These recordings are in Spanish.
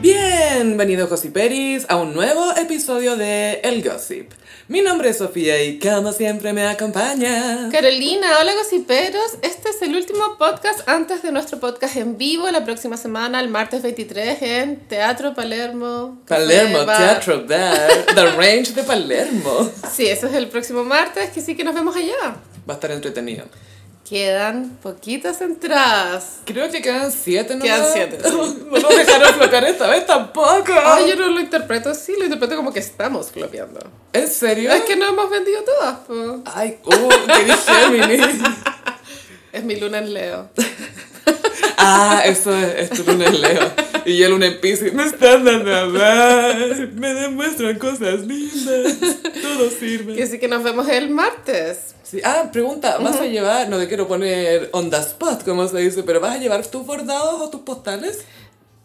Bienvenidos Gossiperis a un nuevo episodio de El Gossip. Mi nombre es Sofía y como siempre me acompaña. Carolina, hola gossiperos. Este es el último podcast antes de nuestro podcast en vivo la próxima semana, el martes 23 en Teatro Palermo. Café Palermo Bar. Teatro Bar, The Range de Palermo. Sí, eso es el próximo martes, que sí que nos vemos allá. Va a estar entretenido. Quedan poquitas entradas. Creo que quedan siete, ¿no? Quedan siete, sí. No nos dejaron flotar esta vez tampoco. Ay, yo no lo interpreto así, lo interpreto como que estamos flopeando. ¿En serio? Es que no hemos vendido todas, po. Ay, oh, qué Géminis. Es mi luna en Leo. Ah, eso es, es tu luna en Leo. Y yo luna en Pisces. Me están dando a amar, me demuestran cosas lindas, todo sirve. Que sí que nos vemos el martes. Sí, Ah, pregunta, ¿vas a llevar, no te quiero poner on the spot, como se dice, pero ¿vas a llevar tus bordados o tus postales?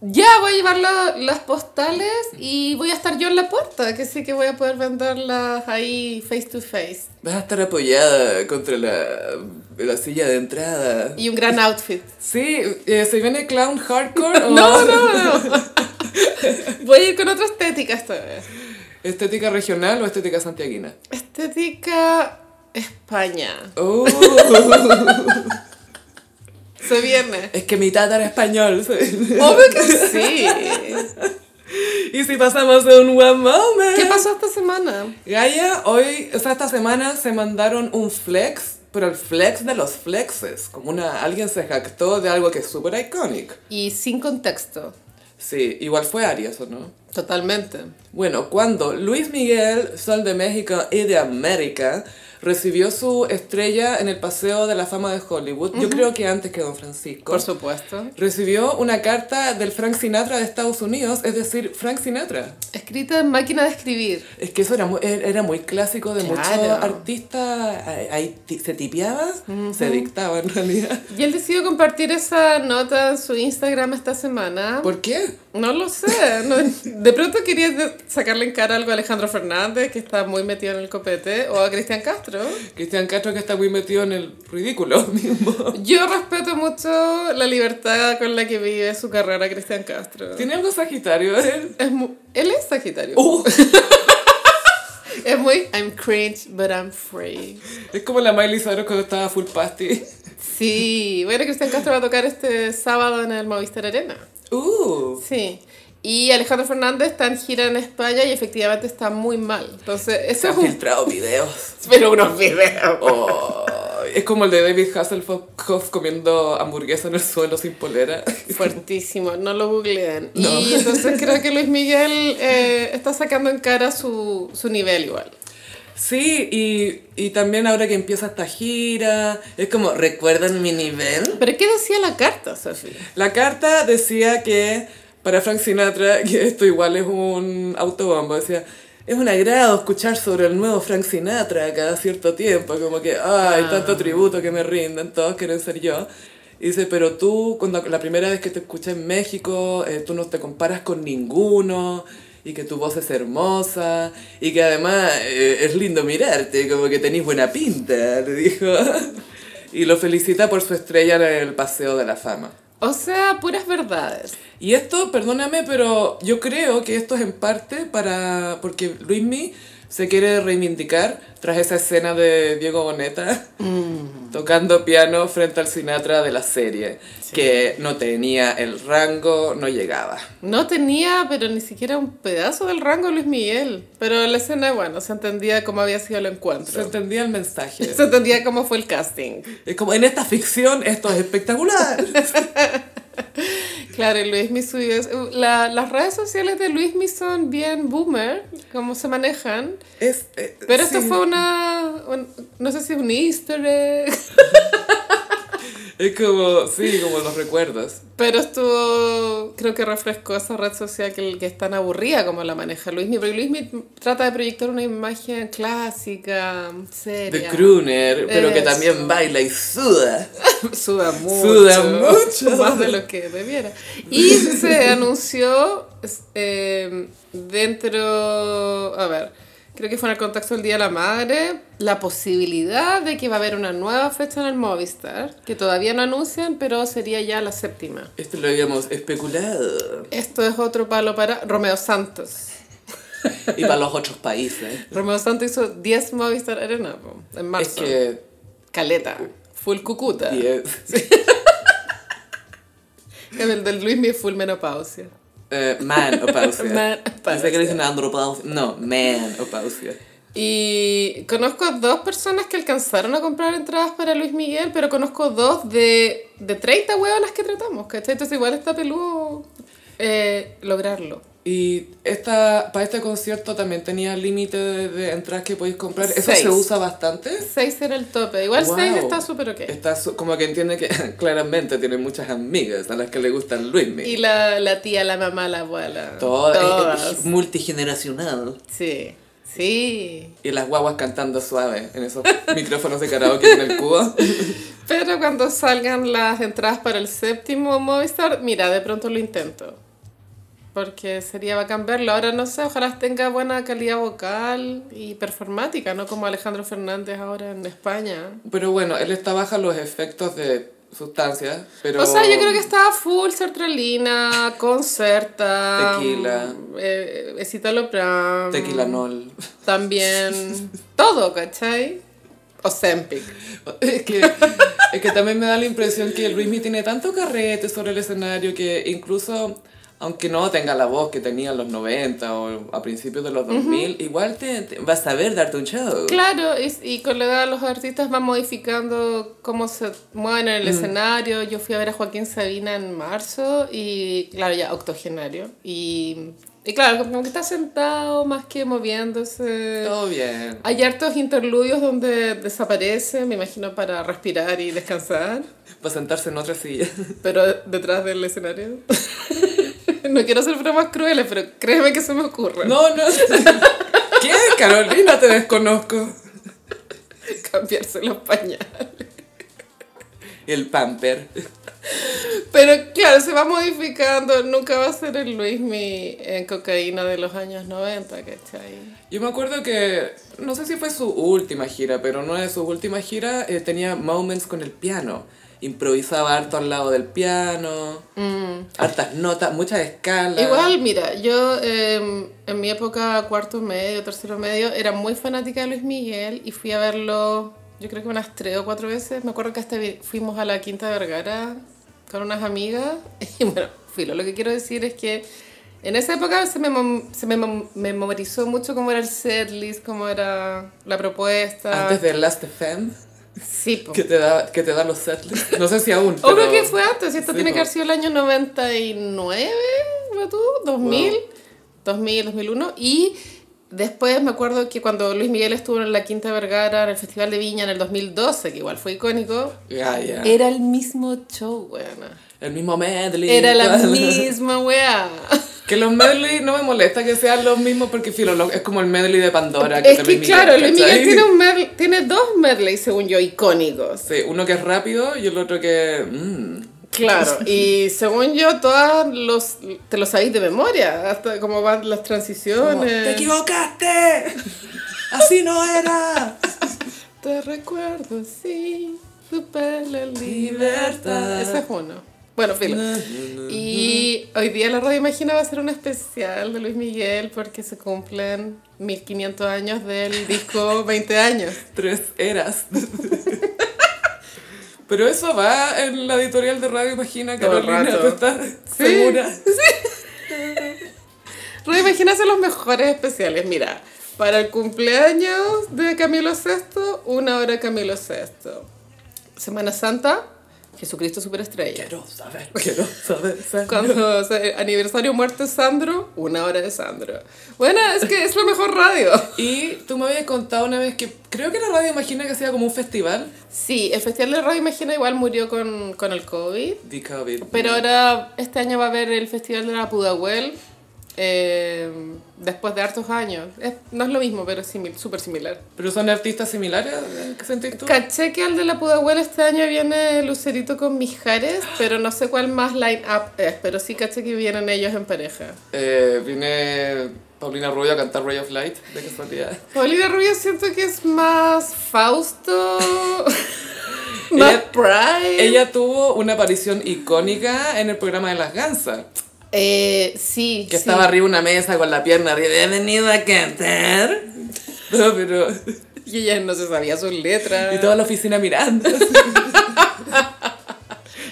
Ya, voy a llevar la- las postales y voy a estar yo en la puerta, que sí que voy a poder venderlas ahí face to face. Vas a estar apoyada contra la, la silla de entrada. Y un gran outfit. Sí, eh, ¿se viene clown hardcore o No, no, no. Voy a ir con otra estética esta vez. estética regional o estética santiaguina? Estética España. Oh, Se viene. es que mi tata era español. sí. Obvio que sí. y si pasamos a un one moment. ¿Qué pasó esta semana? Gaia, hoy, o sea, esta semana se mandaron un flex, pero el flex de los flexes. Como una, alguien se jactó de algo que es súper icónico. Y sin contexto. Sí, igual fue Arias, ¿o no? Totalmente. Bueno, cuando Luis Miguel, Sol de México y de América, recibió su estrella en el Paseo de la Fama de Hollywood, yo creo que antes que Don Francisco, Por supuesto. recibió una carta del Frank Sinatra de Estados Unidos, es decir, Frank Sinatra. Escrita en máquina de escribir. Es que eso era muy, er- era muy clásico de muchos Claro. artistas. Ahí- ahí ti- se tipeaba, se dictaba en realidad. Y él decidió compartir esa nota en su Instagram esta semana. ¿Por qué? No lo sé. no- de pronto quería de- sacarle en cara algo a Alejandro Fernández, que está muy metido en el copete, o a Cristian Castro. Cristian Castro que está muy metido en el ridículo mismo. Yo respeto mucho la libertad con la que vive su carrera Cristian Castro. ¿Tiene algo sagitario él? Es mu- él es Sagitario. ¡Uh! Es muy I'm cringe, but I'm free. Es como la Miley Cyrus cuando estaba full pasty. Sí, bueno, Cristian Castro va a tocar este sábado en el Movistar Arena. ¡Uh! Sí. Y Alejandro Fernández está en gira en España y efectivamente está muy mal. Entonces, eso es un... filtrado videos. Pero unos videos. Oh, es como el de David Hasselhoff comiendo hamburguesa en el suelo sin polera. Fuertísimo, no lo googleen. No. Y entonces creo que Luis Miguel eh, está sacando en cara su, su nivel igual. Sí, y, y también ahora que empieza esta gira, es como, ¿recuerdan mi nivel? ¿Pero qué decía la carta, Sofía? La carta decía que, para Frank Sinatra, que esto igual es un autobombo, decía... Es un agrado escuchar sobre el nuevo Frank Sinatra cada cierto tiempo, como que, ay, tanto tributo que me rinden, todos quieren ser yo. Y dice, pero tú, cuando la primera vez que te escuché en México, eh, tú no te comparas con ninguno, y que tu voz es hermosa, y que además eh, es lindo mirarte, como que tenés buena pinta, le dijo. Y lo felicita por su estrella en el Paseo de la Fama. O sea, puras verdades. Y esto, perdóname, pero yo creo que esto es en parte para porque Luismi se quiere reivindicar tras esa escena de Diego Boneta tocando piano frente al Sinatra de la serie, que no tenía el rango, no llegaba. No tenía, pero ni siquiera un pedazo del rango Luis Miguel. Pero la escena, bueno, se entendía cómo había sido el Se encuentro. entendía el mensaje. Se entendía cómo fue el casting. Es como, en esta ficción esto es espectacular. Claro, y Luismi subió... uh, la- las redes sociales de Luismi son bien boomer, cómo se manejan. Es, eh, Pero esto sí. fue una, un- no sé si un easter egg, Es como, sí, como los recuerdos. pero estuvo, creo que refrescó esa red social que, que es tan aburrida como la maneja Luismi, porque Luismi trata de proyectar una imagen clásica, De seria. crooner, pero que Eso. también baila y suda. Suda mucho. Suda mucho. Más de lo que debiera. Y se anunció es- eh, dentro, em, a ver, creo que fue en el contexto del Día de la Madre, la posibilidad de que va a haber una nueva fecha en el Movistar, que todavía no anuncian, pero sería ya la séptima. Esto lo habíamos especulado. Esto es otro palo para Romeo Santos. Y para los otros países. Romeo Santos hizo 10 Movistar Arena po, en Es marzo. que Caleta. Full Cucuta. 10. El del Luis mi full menopausia. Eh, man opausia. Menopausia. Pensé que le dicen andropausia. No, man opausia. Y conozco dos personas que alcanzaron a comprar entradas para Luis Miguel, pero conozco dos de, de 30 huevonas que tratamos, ¿cachai? Entonces igual está peludo eh, lograrlo. Y esta, para este concierto también tenía límite de, de entradas que podéis comprar. Eso Seis. se usa bastante. 6 era el tope, igual Wow. 6 está súper ok. Está su- como que entiende que claramente tiene muchas amigas a las que le gustan Luismi. Y la, la tía, la mamá, la abuela. Todo es- Todas. es multigeneracional. Sí, sí. Y las guaguas cantando suave en esos micrófonos de karaoke en el cubo. Pero cuando salgan las entradas para el séptimo Movistar, mira, de pronto lo intento. Porque sería bacán verlo. Ahora no sé, ojalá tenga buena calidad vocal y performática, ¿no? Como Alejandro Fernández ahora en España. Pero bueno, él está baja los efectos de sustancias, pero... O sea, yo creo que estaba full sertralina, concerta, Tequila. eh, escitalopram, Tequilanol. también, todo, ¿cachai? Ozempic. Es que, es que también me da la impresión que Luismi tiene tanto carrete sobre el escenario que incluso, aunque no tenga la voz que tenía en los 90 o a principios de los 2000, igual te, te- vas a saber darte un show. Claro, y, y con la edad los artistas van modificando cómo se mueven en el escenario. Yo fui a ver a Joaquín Sabina en marzo y, claro, ya octogenario. Y, y claro, como que está sentado más que moviéndose. Todo bien. Hay hartos interludios donde desaparece, me imagino, para respirar y descansar, Para sentarse en otra silla. pero detrás del escenario. no quiero ser bromas crueles, pero créeme que se me ocurre. No, no. ¿Qué? Carolina, te desconozco. Cambiarse los pañales. El pamper. Pero claro, se va modificando, nunca va a ser el Luismi en cocaína de los años 90, ¿cachai? Yo me acuerdo que, no sé si fue su última gira, pero en una de sus últimas giras eh, tenía moments con el piano. Improvisaba harto al lado del piano, hartas notas, muchas escalas. Mm. Igual, mira, yo eh, en mi época cuarto medio, tercero medio, era muy fanática de Luis Miguel y fui a verlo, yo creo que unas tres o cuatro veces. Me acuerdo que hasta vi- fuimos a la Quinta Vergara con unas amigas y bueno, filo, lo que quiero decir es que en esa época se me, mom- se me mom- memorizó mucho cómo era el setlist, cómo era la propuesta. Antes de Last FM, Sí, po. que te da, que te da los setlists. No sé si aún. O creo pero- Oh. que fue antes, esto Sí, tiene po. que haber sido el año 99, ¿no tú? 2000, 2000, 2001. Y después me acuerdo que cuando Luis Miguel estuvo en la Quinta Vergara, en el Festival de Viña en el 2012, que igual fue icónico, Gaia. era el mismo show, weona. El mismo medley. Era la Todo. misma weá. Que los medley no me molesta que sean los mismos porque filo, lo- es como el medley de Pandora. Es de que Luis Miguel, claro, Luis Miguel ¿cachai? tiene, un medley- tiene dos medleys, según yo, icónicos. Sí, uno que es rápido y el otro que... mm, Claro, y según yo, todas los, te lo sabéis de memoria, hasta cómo van las transiciones. equivocaste! ¡Así no era! Te recuerdo, sí, tu pelo Libertad. libertad. Ese es uno. Bueno, filo. Y hoy día la radio Imagina va a ser un especial de Luis Miguel porque se cumplen 1500 años del disco 20 años. Tres eras. Pero eso va en la editorial de Radio Imagina, Todo el Carolina, rato. ¿tú estás Sí. segura? Radio Imagina hace los mejores especiales. Mira, para el cumpleaños de Camilo VI, una hora Camilo VI. Semana Santa, Jesucristo Superestrella. Quiero saber, quiero saber, saber. Cuando o sea, aniversario muerte Sandro, una hora de Sandro. Bueno, es que es la mejor radio. Y tú me habías contado una vez que creo que la Radio Imagina que hacía como un festival. Sí, el Festival de Radio Imagina igual murió con, con el COVID, The COVID. pero ahora este año va a haber el Festival de la Pudahuel eh, después de hartos años. Es- no es lo mismo, pero es simil- súper similar. ¿Pero son artistas similares? ¿Qué sentís tú? Caché que al de la Pudahuel este año viene Lucerito con Mijares, pero no sé cuál más line-up es, pero sí caché que vienen ellos en pareja. Eh, viene Paulina Rubio a cantar Ray of Light, de casualidad. Paulina Rubio siento que es más Fausto, más Ella- Pride. Ella tuvo una aparición icónica en el programa de las gansas. Eh, sí, Que sí. estaba arriba de una mesa con la pierna arriba. Bienvenido a cantar. No, pero... Y ella no se sabía sus letras. Y toda la oficina mirando.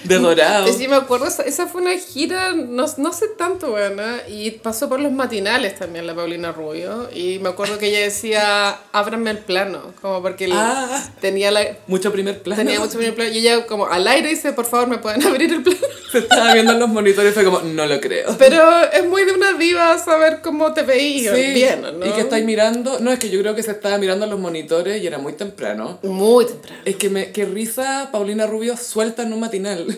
De dorado. Sí, me acuerdo, esa, esa fue una gira, no, no sé tanto, buena, y pasó por los matinales también la Paulina Rubio, y me acuerdo que ella decía, ábranme el plano, como porque le- Ah. tenía, la, Mucho primer plano. tenía mucho miedo al plano, y ella como al aire dice, por favor, me pueden abrir el plano. Se estaba viendo en los monitores y fue como, no lo creo. Pero es muy de una diva saber cómo te veía bien, ¿no? Y que estáis mirando. No, es que yo creo que se estaba mirando en los monitores y era muy temprano. Muy temprano. Es que me, qué risa Paulina Rubio suelta en un matinal.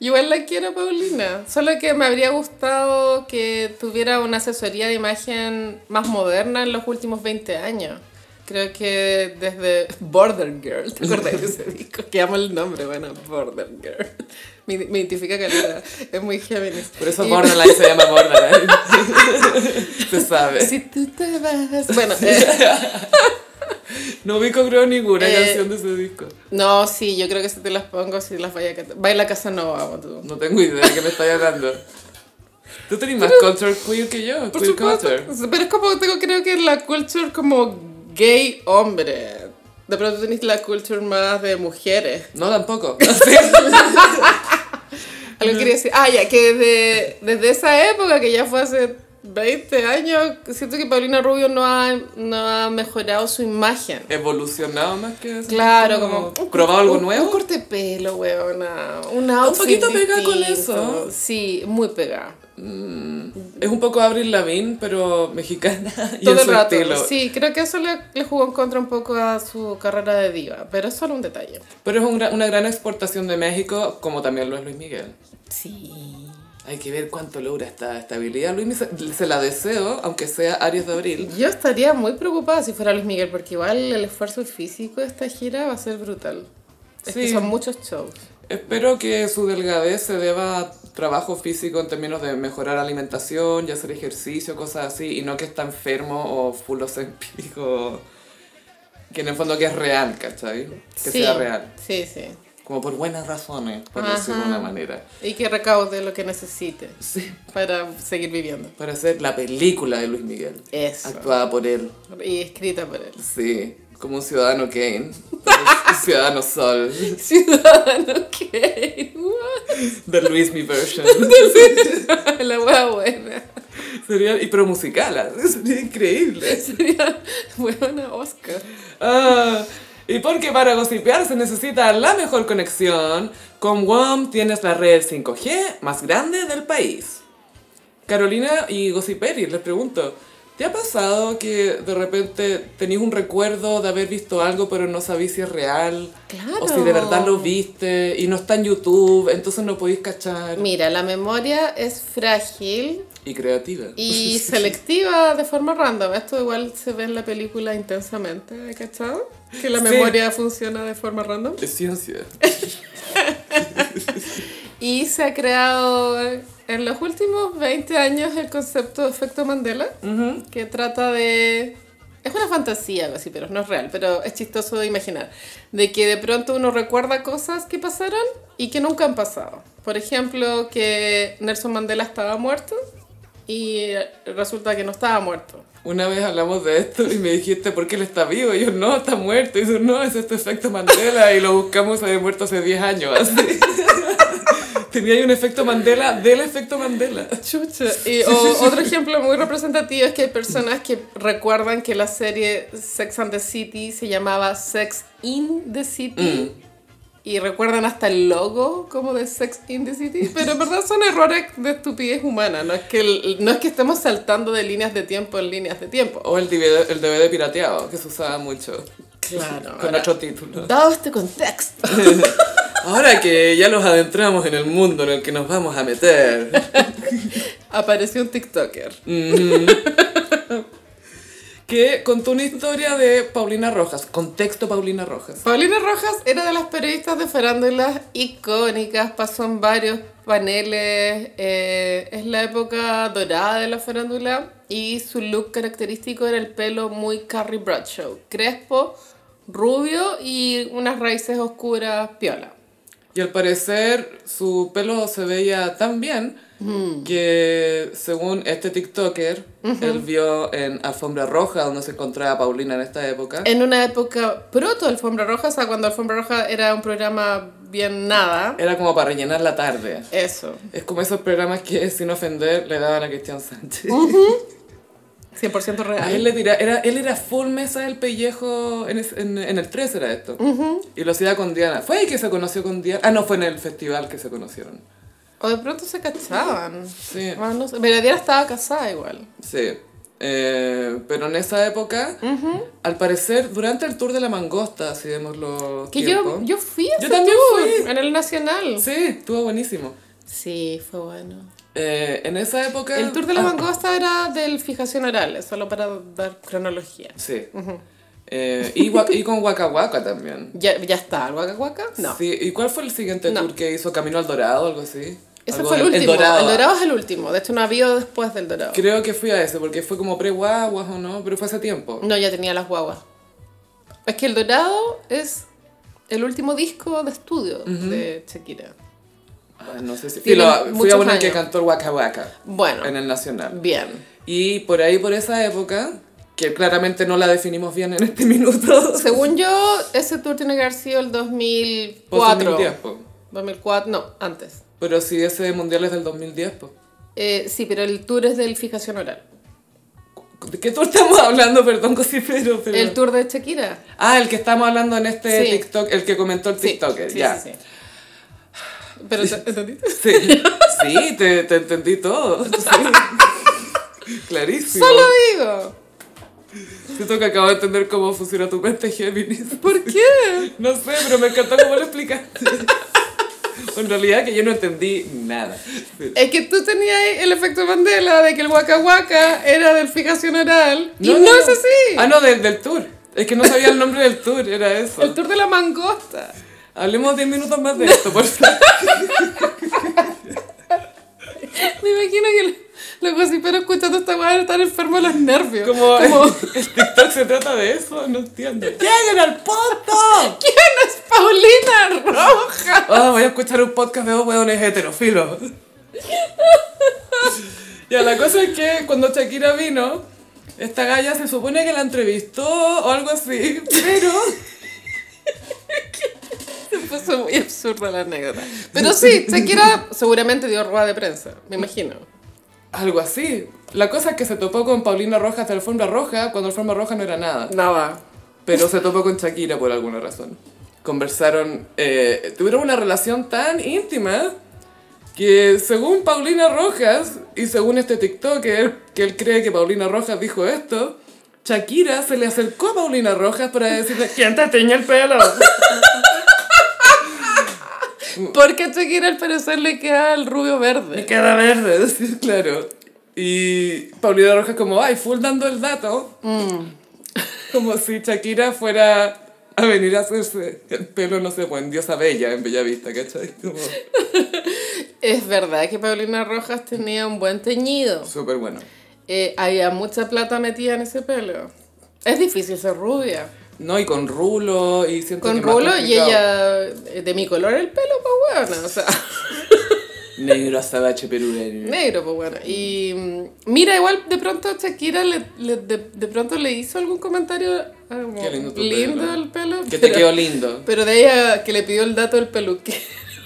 Yo Igual la quiero, Paulina. Solo que me habría gustado que tuviera una asesoría de imagen más moderna en los últimos 20 años. Creo que desde Border Girl, ¿te acuerdas de ese disco? Que amo el nombre, bueno, Border Girl. Me, me identifica calidad. Es muy Géminis. Por eso Y- Borderline se llama Borderline. se sabe. Si tú te vas. Bueno, eh, No ubico creo ninguna Eh, canción de ese disco. no, sí, yo creo que si te las pongo, si las vaya a cantar. Baila Casanova, pon tú. No tengo idea de qué me estáis hablando. Tú tenés más culture queer que yo. Por queer supuesto. culture. Pero es como, tengo, creo que la culture como gay hombre. De pronto tenés la culture más de mujeres. No, tampoco. Algo quería decir. Ah, ya, que desde, desde esa época, que ya fue hace 20 años, siento que Paulina Rubio no ha, no ha mejorado su imagen. Evolucionado más que eso. Claro, como. ¿Probado algo un- Un nuevo? corte de pelo, weona. Un outfit poquito pega con distinto. eso. Sí, muy pegada. Es un poco Avril Lavigne, pero mexicana. y en Todo el su rato. estilo. Sí, creo que eso le, le jugó en contra un poco a su carrera de diva, pero es solo un detalle. Pero es un gran- una gran exportación de México, como también lo es Luis Miguel. Sí. Hay que ver cuánto logra esta estabilidad. Luis Miguel- se la deseo, aunque sea Aries de Abril. Yo estaría muy preocupada si fuera Luis Miguel, porque igual el esfuerzo físico de esta gira va a ser brutal. Es que Sí. son muchos shows. Espero que su delgadez se deba a trabajo físico en términos de mejorar alimentación y hacer ejercicio, cosas así, y no que está enfermo o full osempic o Que en el fondo que es real, ¿cachai? Que Sí, sea real. Sí, sí. Como por buenas razones, por Ajá. decirlo de una manera. Y que recaude lo que necesite Sí. para seguir viviendo. Para hacer la película de Luis Miguel. Eso. Actuada por él. Y escrita por él. Sí. Como un ciudadano Kane. Un ciudadano Sol. Ciudadano Kane. The Luis Mi version. La hueá buena. Sería, y pero musical. ¿eh? Sería increíble. Sería buena Oscar. Ah, y porque para gossipear se necesita la mejor conexión, con WOM tienes la red 5G más grande del país. Carolina y Gossiperi, les pregunto, ¿te ha pasado que de repente tenéis un recuerdo de haber visto algo pero no sabéis si es real? Claro. O si de verdad lo viste y no está en YouTube, entonces no podéis cachar. Mira, la memoria es frágil Y creativa. y selectiva de forma random. Esto igual se ve en la película intensamente, ¿cachado? Que la Sí. memoria funciona de forma random. Es ciencia. Y se ha creado eh, en los últimos 20 años el concepto de efecto Mandela, que trata de... Es una fantasía, algo así, pero no es real, pero es chistoso de imaginar. De que de pronto uno recuerda cosas que pasaron y que nunca han pasado. Por ejemplo, que Nelson Mandela estaba muerto y resulta que no estaba muerto. Una vez hablamos de esto y me dijiste, ¿por qué él está vivo? Y yo, no, está muerto. Y yo, no, es este efecto Mandela. Y lo buscamos, se había muerto hace 10 años. así. Tenía ahí un efecto Mandela del efecto Mandela. Chucha. Y, o- otro ejemplo muy representativo es que hay personas que recuerdan que la serie Sex and the City se llamaba Sex in the Mm. City. Y recuerdan hasta el logo como de Sex in the City. Pero en verdad son errores de estupidez humana. No es que, el- no es que estemos saltando de líneas de tiempo en líneas de tiempo. O el DVD, el DVD pirateado, que se usaba mucho. Claro. Con otro título. Dado este contexto. Ahora que ya los adentramos en el mundo en el que nos vamos a meter. Apareció un TikToker. que contó una historia de Paulina Rojas, contexto Paulina Rojas. Paulina Rojas era de las periodistas de farándulas icónicas, pasó en varios paneles, eh, es la época dorada de la farándula y su look característico era el pelo muy Carrie Bradshaw, crespo, rubio y unas raíces oscuras piola. Y al parecer su pelo se veía tan bien que según este TikToker, él vio en Alfombra Roja, donde se encontraba Paulina en esta época. En una época proto Alfombra Roja, o sea, cuando Alfombra Roja era un programa bien nada. Era como para rellenar la tarde. Eso, Es como esos programas que, sin ofender, le daban a Cristian Sánchez. 100% A él real. le tira, era, él era full mesa del pellejo en, es- en- en el 3 era esto. Y lo hacía con Diana. ¿Fue ahí que se conoció con Diana? Ah, no, fue en el festival que se conocieron. O de pronto se cachaban. Sí. Bueno, no sé. Pero Diana estaba casada igual. Sí. Eh, pero en esa época, al parecer, durante el tour de la mangosta, si vemos los Que tiempos. yo, yo fui a Yo ese también tour fui. en el Nacional. Sí, Sí, estuvo buenísimo. fue bueno. Eh, en esa época... El tour de la Ah, mangosta era del fijación oral, solo para dar cronología. Sí. Eh, y, gua- y con Waka Waka también. ¿Ya, ya está? ¿El Waka Waka? No. Sí, ¿Y cuál fue el siguiente No. tour que hizo? ¿Camino al Dorado o algo así? Ese Algo fue el del- último. El dorado. Dorado. es el último. De hecho, no había después del dorado. Creo que fui a ese porque fue como pre-guaguas o no, pero fue hace tiempo. No, ya tenía las guaguas. Es que el dorado es el último disco de estudio de Shakira. Ah, no sé si. Tiene Filo, fui a muchos uno que años. cantó el Waka Waka Bueno, en el Nacional. bien. Y por ahí, por esa época, que claramente no la definimos bien en este minuto. Según yo, ese tour tiene que haber sido el Pues en 2004. 2010, po. 2004, no, antes. Pero si ese mundial es del 2010, po. Eh, sí, pero el tour es del fijación oral. ¿De qué tour estamos hablando? Perdón, cosipero, pero. El tour de Shakira. Ah, el que estamos hablando en este Sí. TikTok, el que comentó el Sí, TikToker, sí, ya. sí, sí. Pero, ¿entendiste? Sí, sí, te, te entendí todo. sí. Clarísimo. Solo digo. Siento que acabo de entender cómo funciona tu mente, Géminis. ¿Por qué? No sé, pero me encantó cómo lo explicaste. en realidad que yo no entendí nada. Es que tú tenías el efecto Mandela de que el Waka Waka era del fijación oral. y no, es así. Ah, no, del, del tour. Es que no sabía el nombre del tour, era eso. El tour de la mangosta. Hablemos 10 minutos más de esto, por favor. Me imagino que los gossiperos escuchando esta weá están enfermos de los nervios. Como Como, el TikTok se trata de eso, no entiendo. ¡Lleguen al punto! ¿quién es Paulina Roja? Ah, voy a escuchar un podcast de dos hueones heterofilos. Ya, la cosa es que cuando Shakira vino, esta galla se supone que la entrevistó o algo así, pero Se puso muy absurda la anécdota. Pero sí, Shakira seguramente dio rueda de prensa, me imagino. algo así. La cosa es que se topó con Paulina Rojas de Alfombra Roja cuando Alfombra Roja no era nada, Nada. pero se topó con Shakira por alguna razón. Conversaron, eh, tuvieron una relación tan íntima que según Paulina Rojas y según este TikToker, que él cree que Paulina Rojas dijo esto, Shakira se le acercó a Paulina Rojas para decirle ¿Quién te tiñe el pelo? Porque a Shakira al parecer le queda el rubio Me verde. queda verde, sí, claro. Y Paulina Rojas como, ay, full dando el dato. Como si Shakira fuera a venir a hacerse el pelo, no sé, pues en Diosa Bella, en Bellavista, ¿cachai? Como Es verdad que Paulina Rojas tenía un buen teñido. súper bueno. Eh, había mucha plata metida en ese pelo. Es difícil ser rubia. No, y con rulo, y siento que Con más rulo y complicado. ella eh, de mi color el pelo, pues bueno, o sea, Negro azabache peruano. negro, pues bueno. Y mm, mira, igual de pronto Shakira le, le- de, de pronto le hizo algún comentario ah, como, Qué lindo lindo, tu pelo. el pelo. Que te pero- quedó lindo. Pero de ella que le pidió el dato del peluque.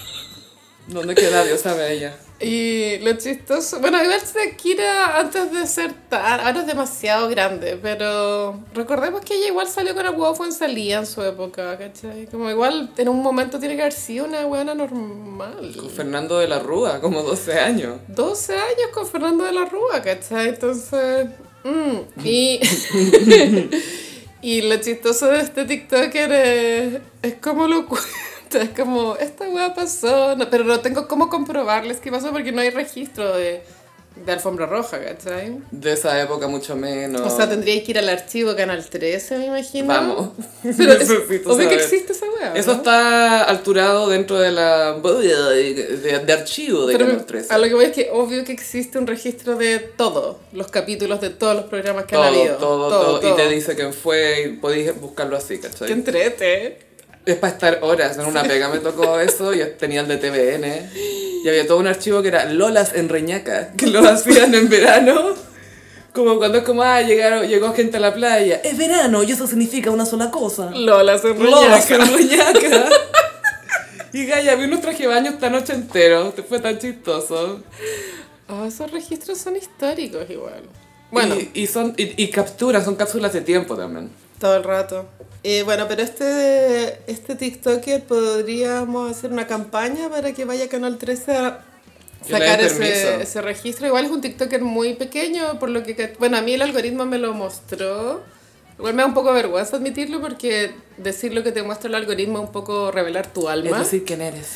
¿Dónde queda Diosa Bella? Y lo chistoso. Bueno, igual Shakira antes de ser tan. Ahora es demasiado grande, pero recordemos que ella igual salió con el huevo Fuensalía en su época, ¿cachai? Como igual en un momento tiene que haber sido una huevona Con normal. Fernando de la Rúa, como 12 años. 12 años con Fernando de la Rúa, ¿cachai? Entonces. mm, y. y lo chistoso de este TikToker es, es cómo lo cuenta. Es como, esta weá pasó, no- pero no tengo cómo comprobarles qué pasó porque no hay registro de, de alfombra roja, ¿cachai? De esa época mucho menos. O sea, tendríais que ir al archivo Canal 13, me imagino. Vamos. Pero es, Necesito obvio que saber. existe esa weá. Eso ¿no? está alturado dentro de la bóveda de, de- de archivo de Pero Canal 13. A lo que voy es que obvio que existe un registro de todos los capítulos de todos los programas que todo, han habido. todo, todo, Y te dice quién fue y podéis buscarlo así, ¿cachai? Que entrete. ¿eh? Es para estar horas, en una pega me tocó eso, yo tenía el de TVN y había todo un archivo que era Lolas en Reñaca, que lo hacían en verano. Como cuando es como, ah, llegaron, llegó gente a la playa. ¡eh, Es verano y eso significa una sola cosa. Lola se Lolas enrolla. en Reñaca. Y Gaya, vi unos traje baños esta noche entero, fue tan chistoso. Ah, esos registros son históricos igual. Bueno, Y, y son, y, y capturas, son cápsulas de tiempo también. todo el rato. Eh, bueno, pero este, este TikToker podríamos hacer una campaña para que vaya a Canal 13 a Que le den sacar permiso. ese, ese registro. Igual es un TikToker muy pequeño, por lo que... ca- Bueno, a mí el algoritmo me lo mostró. Igual me da un poco vergüenza admitirlo porque decir lo que te muestra el algoritmo es un poco revelar tu alma. quién eres.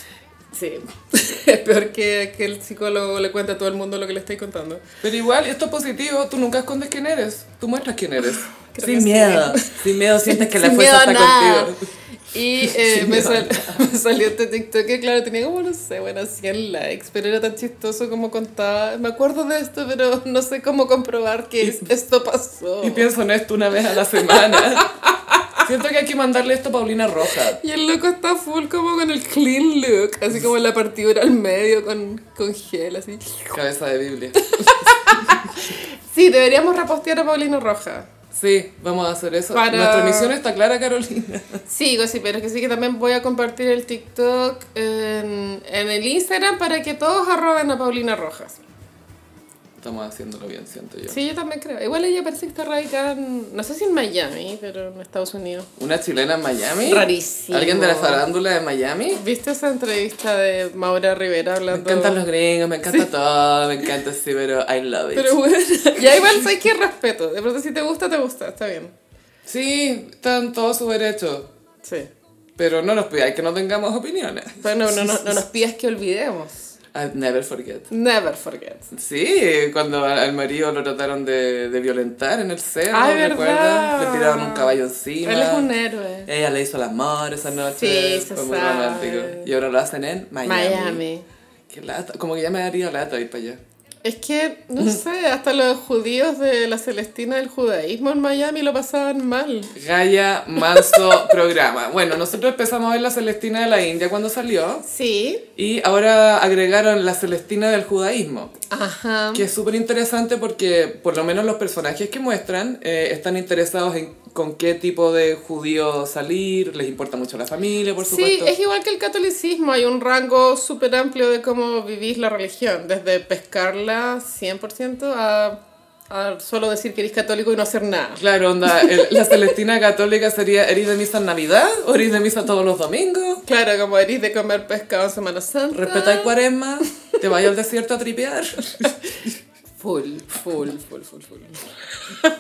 Sí, es peor que, que el psicólogo le cuente a todo el mundo lo que le estoy contando. Pero igual, esto es positivo, tú nunca escondes quién eres, tú muestras quién eres. Creo que sí. sin miedo sientes Sin miedo a nada. contigo. Y eh, Sin me, miedo a sal- me salió este TikTok que, claro, tenía como, no sé, bueno, 100 likes, pero era tan chistoso como contaba. Me acuerdo de esto, pero no sé cómo comprobar que es- esto pasó. Y pienso en esto una vez a la semana. Siento que hay que mandarle esto a Paulina Roja. Y el loco está full como con el clean look, así como la partidura al medio con, con gel, así. Cabeza de Biblia. Sí, deberíamos repostear a Paulino Roja. Sí, vamos a hacer eso. Para- Nuestra misión está clara, Carolina. Sí, sí, pero es que sí que también voy a compartir el TikTok en, en el Instagram para que todos arroben a Paulina Rojas. Estamos haciéndolo bien, siento yo. Sí, yo también creo. Igual ella parece que está radicada, en- no sé si en Miami, pero en Estados Unidos. Una chilena en Miami. Rarísimo. ¿Alguien de la farándula de Miami? ¿Viste esa entrevista de Maura Rivera Me hablando? encantan los gringos, me encanta todo, me encanta sí, pero I love it. Pero bueno, ya igual sabes que respeto. De pronto si te gusta, te gusta, está bien. Sí, están todos sus derechos. Sí. Pero no nos pidáis que no tengamos opiniones. Bueno, no, no, no nos pidas que olvidemos. I never forget. Never forget. Sí, cuando a- al marido lo trataron de, de violentar en el cerro, Ay, ¿recuerdas? verdad. Le tiraron un caballo encima. Él es un héroe. Ella le hizo el amor esa noche. Sí, se Fue muy sabe. romántico. Y ahora lo hacen en Eh, Miami. Miami. Qué lata. Como que ya me daría lata ir para allá. Es que, no sé, hasta los judíos de la Celestina del judaísmo en Miami lo pasaban mal. Gaia Manso programa. Bueno, nosotros empezamos a ver la Celestina de la India cuando salió. Sí. Y ahora agregaron la Celestina del judaísmo. Ajá. Que es súper interesante porque por lo menos los personajes que muestran eh, están interesados en con qué tipo de judío salir, les importa mucho la familia, por Sí, supuesto. es igual que el catolicismo, hay un rango súper amplio de cómo vivís la religión, desde pescarla 100% a, a solo decir que eres católico y no hacer nada. Claro, onda, el- la Celestina católica sería, ¿eres de misa en Navidad o eres de misa todos los domingos? Claro, como eres de comer pescado en Semana Santa. ¿Respeta el cuaresma? ¿Te vas al desierto a tripear? Full, full, full, full, full.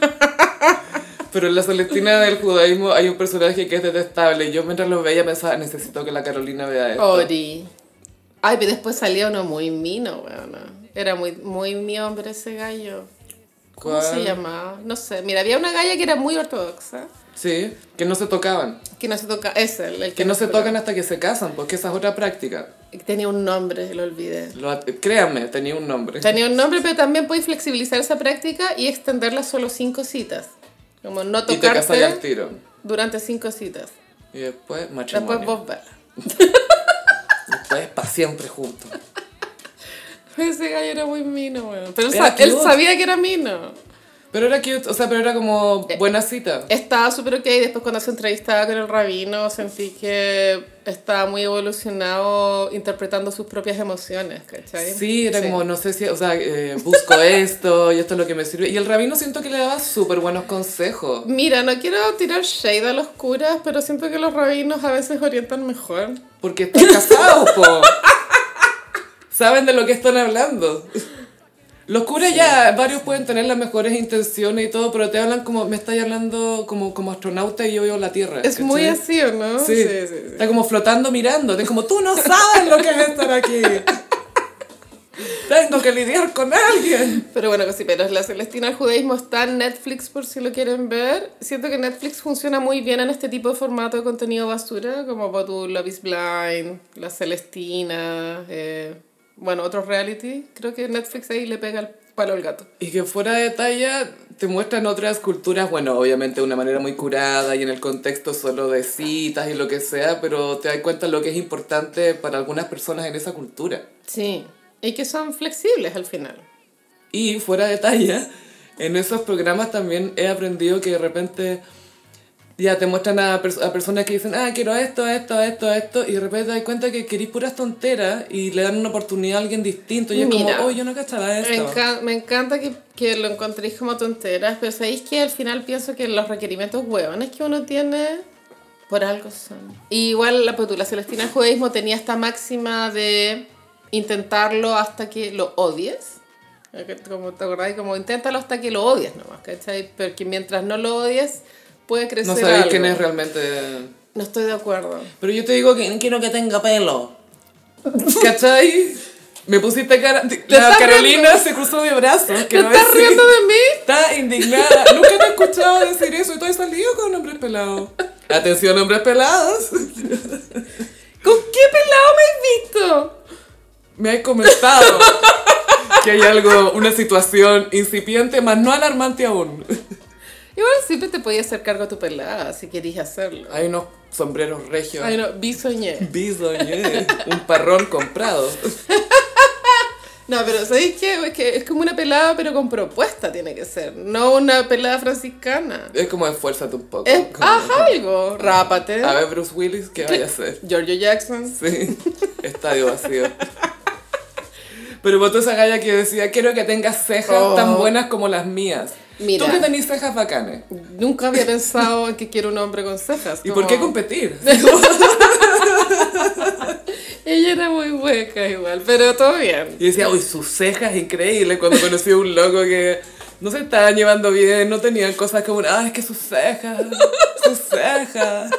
Pero en la Celestina del judaísmo hay un personaje que es detestable. Yo mientras lo veía pensaba, necesito que la Carolina vea esto. Ori. Ay, pero después salía uno muy mino, weón. Era muy, muy mi hombre ese gallo. ¿Cómo ¿Cuál? se llamaba? No sé. Mira, había una galla que era muy ortodoxa. Sí, que no se tocaban. Que no se toca. Ese, el que, Que no se tocaba. tocan hasta que se casan, porque esa es otra práctica. Tenía un nombre, lo olvidé. Lo- créanme, tenía un nombre. Tenía un nombre, pero también podéis flexibilizar esa práctica y extenderla a solo cinco citas. Como no Y te casas al tocarte tiro. durante cinco citas. Y después matrimonio. Después Después, vos verla. para siempre juntos. Ese gallo era muy mino, weón. Pero él, Era sa- él cute. sabía que era mino. Pero era cute, o sea, pero era como buena cita. Estaba súper ok. Después, cuando se entrevistaba con el rabino, sentí que estaba muy evolucionado interpretando sus propias emociones, ¿cachai? Sí, era como, no sé si, o sea, eh, busco esto y esto es lo que me sirve. Y el rabino siento que le daba súper buenos consejos. Mira, no quiero tirar shade a los curas, pero siento que los rabinos a veces orientan mejor. Porque están casados, po. Saben de lo que están hablando. Los curas ya, varios pueden tener las mejores intenciones y todo, pero te hablan como, me estáis hablando como, como astronauta y yo veo la Tierra. Es muy ¿cachai? así, ¿o no? Sí. Está como flotando mirando. Es como, tú no sabes lo que es estar aquí. Tengo que lidiar con alguien. Pero bueno, cosiperos, La Celestina del Judaísmo está en Netflix por si lo quieren ver. Siento que Netflix funciona muy bien en este tipo de formato de contenido basura, como Botu, Love is Blind, La Celestina, eh, bueno, otros reality. Creo que Netflix ahí le pega el palo al gato. Y que fuera de talla te muestran otras culturas, bueno, obviamente de una manera muy curada y en el contexto solo de citas y lo que sea, pero te das cuenta lo que es importante para algunas personas en esa cultura. Sí, y que son flexibles al final. Y fuera de talla, en esos programas también he aprendido que de repente ya te muestran a, pers- a personas que dicen, ah, quiero esto, esto, esto, esto, y de repente te das cuenta que querís puras tonteras y le dan una oportunidad a alguien distinto. Y es Mira, como, oh, yo no cachaba Me, esto. encan- me encanta que, que lo encontréis como tonteras, pero sabéis que al final pienso que los requerimientos huevones que uno tiene, por algo son. Y igual la, pues, tú, la Celestina del Judaísmo tenía esta máxima de intentarlo hasta que lo odies. Como te acordáis, como inténtalo hasta que lo odies nomás, ¿cachai? Porque mientras no lo odies, puede crecer. No sabéis algo. quién es realmente... No estoy de acuerdo. Pero yo te digo que quiero que tenga pelo. ¿Cachai? Me pusiste cara... La estás Carolina se cruzó de brazos. ¿Te quiero estás decir. riendo de mí? Está indignada. Nunca te he escuchado decir eso y todo he salido con hombres pelados. Atención, hombres pelados. ¿Con qué pelado me has visto? Me has comentado que hay algo, una situación incipiente, más no alarmante aún. Igual siempre te podías hacer cargo de tu pelada si querías hacerlo. Hay unos sombreros regios. Ay, no, bisoñé. Bisoñé. Un parrón comprado. No, pero ¿sabéis qué? Es que es como una pelada, pero con propuesta tiene que ser. No una pelada franciscana. Es como esfuérzate un poco. Es, Como- haz algo. Rápate. A ver, Bruce Willis, ¿qué vaya a hacer? Giorgio Jackson. Sí, estadio vacío. Pero votó esa galla que decía, quiero que tengas cejas Oh. tan buenas como las mías. Mira. Tú que tenés cejas bacanes. Nunca había pensado en que quiero un hombre con cejas. ¿Y por qué como- competir? Ella era muy hueca igual, pero todo bien. Y decía, uy, sus cejas increíbles. Cuando conocí a un loco que no se estaban llevando bien, no tenían cosas como, ah, es que sus cejas, sus cejas.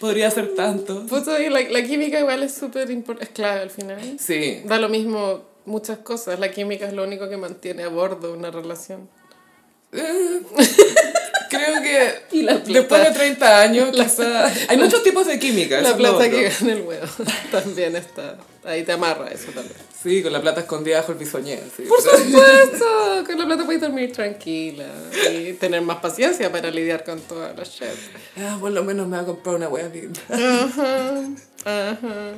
Podría ser tanto. Puto, y Pues, la, la química igual es súper importante, es clave al final. Sí, Da lo mismo muchas cosas. La química es lo único que mantiene a bordo una relación. creo que Y la después plata. de 30 años, quizá- hay muchos tipos de química. eso La es lo plata otro. que gana el huevo también está. Ahí te amarra eso también. Sí, con la plata escondida bajo el bisoñé. sí. Por supuesto, con la plata puedes dormir tranquila y tener más paciencia para lidiar con toda la shit. Ah, por lo menos me va a comprar una wea linda. Ajá, ajá.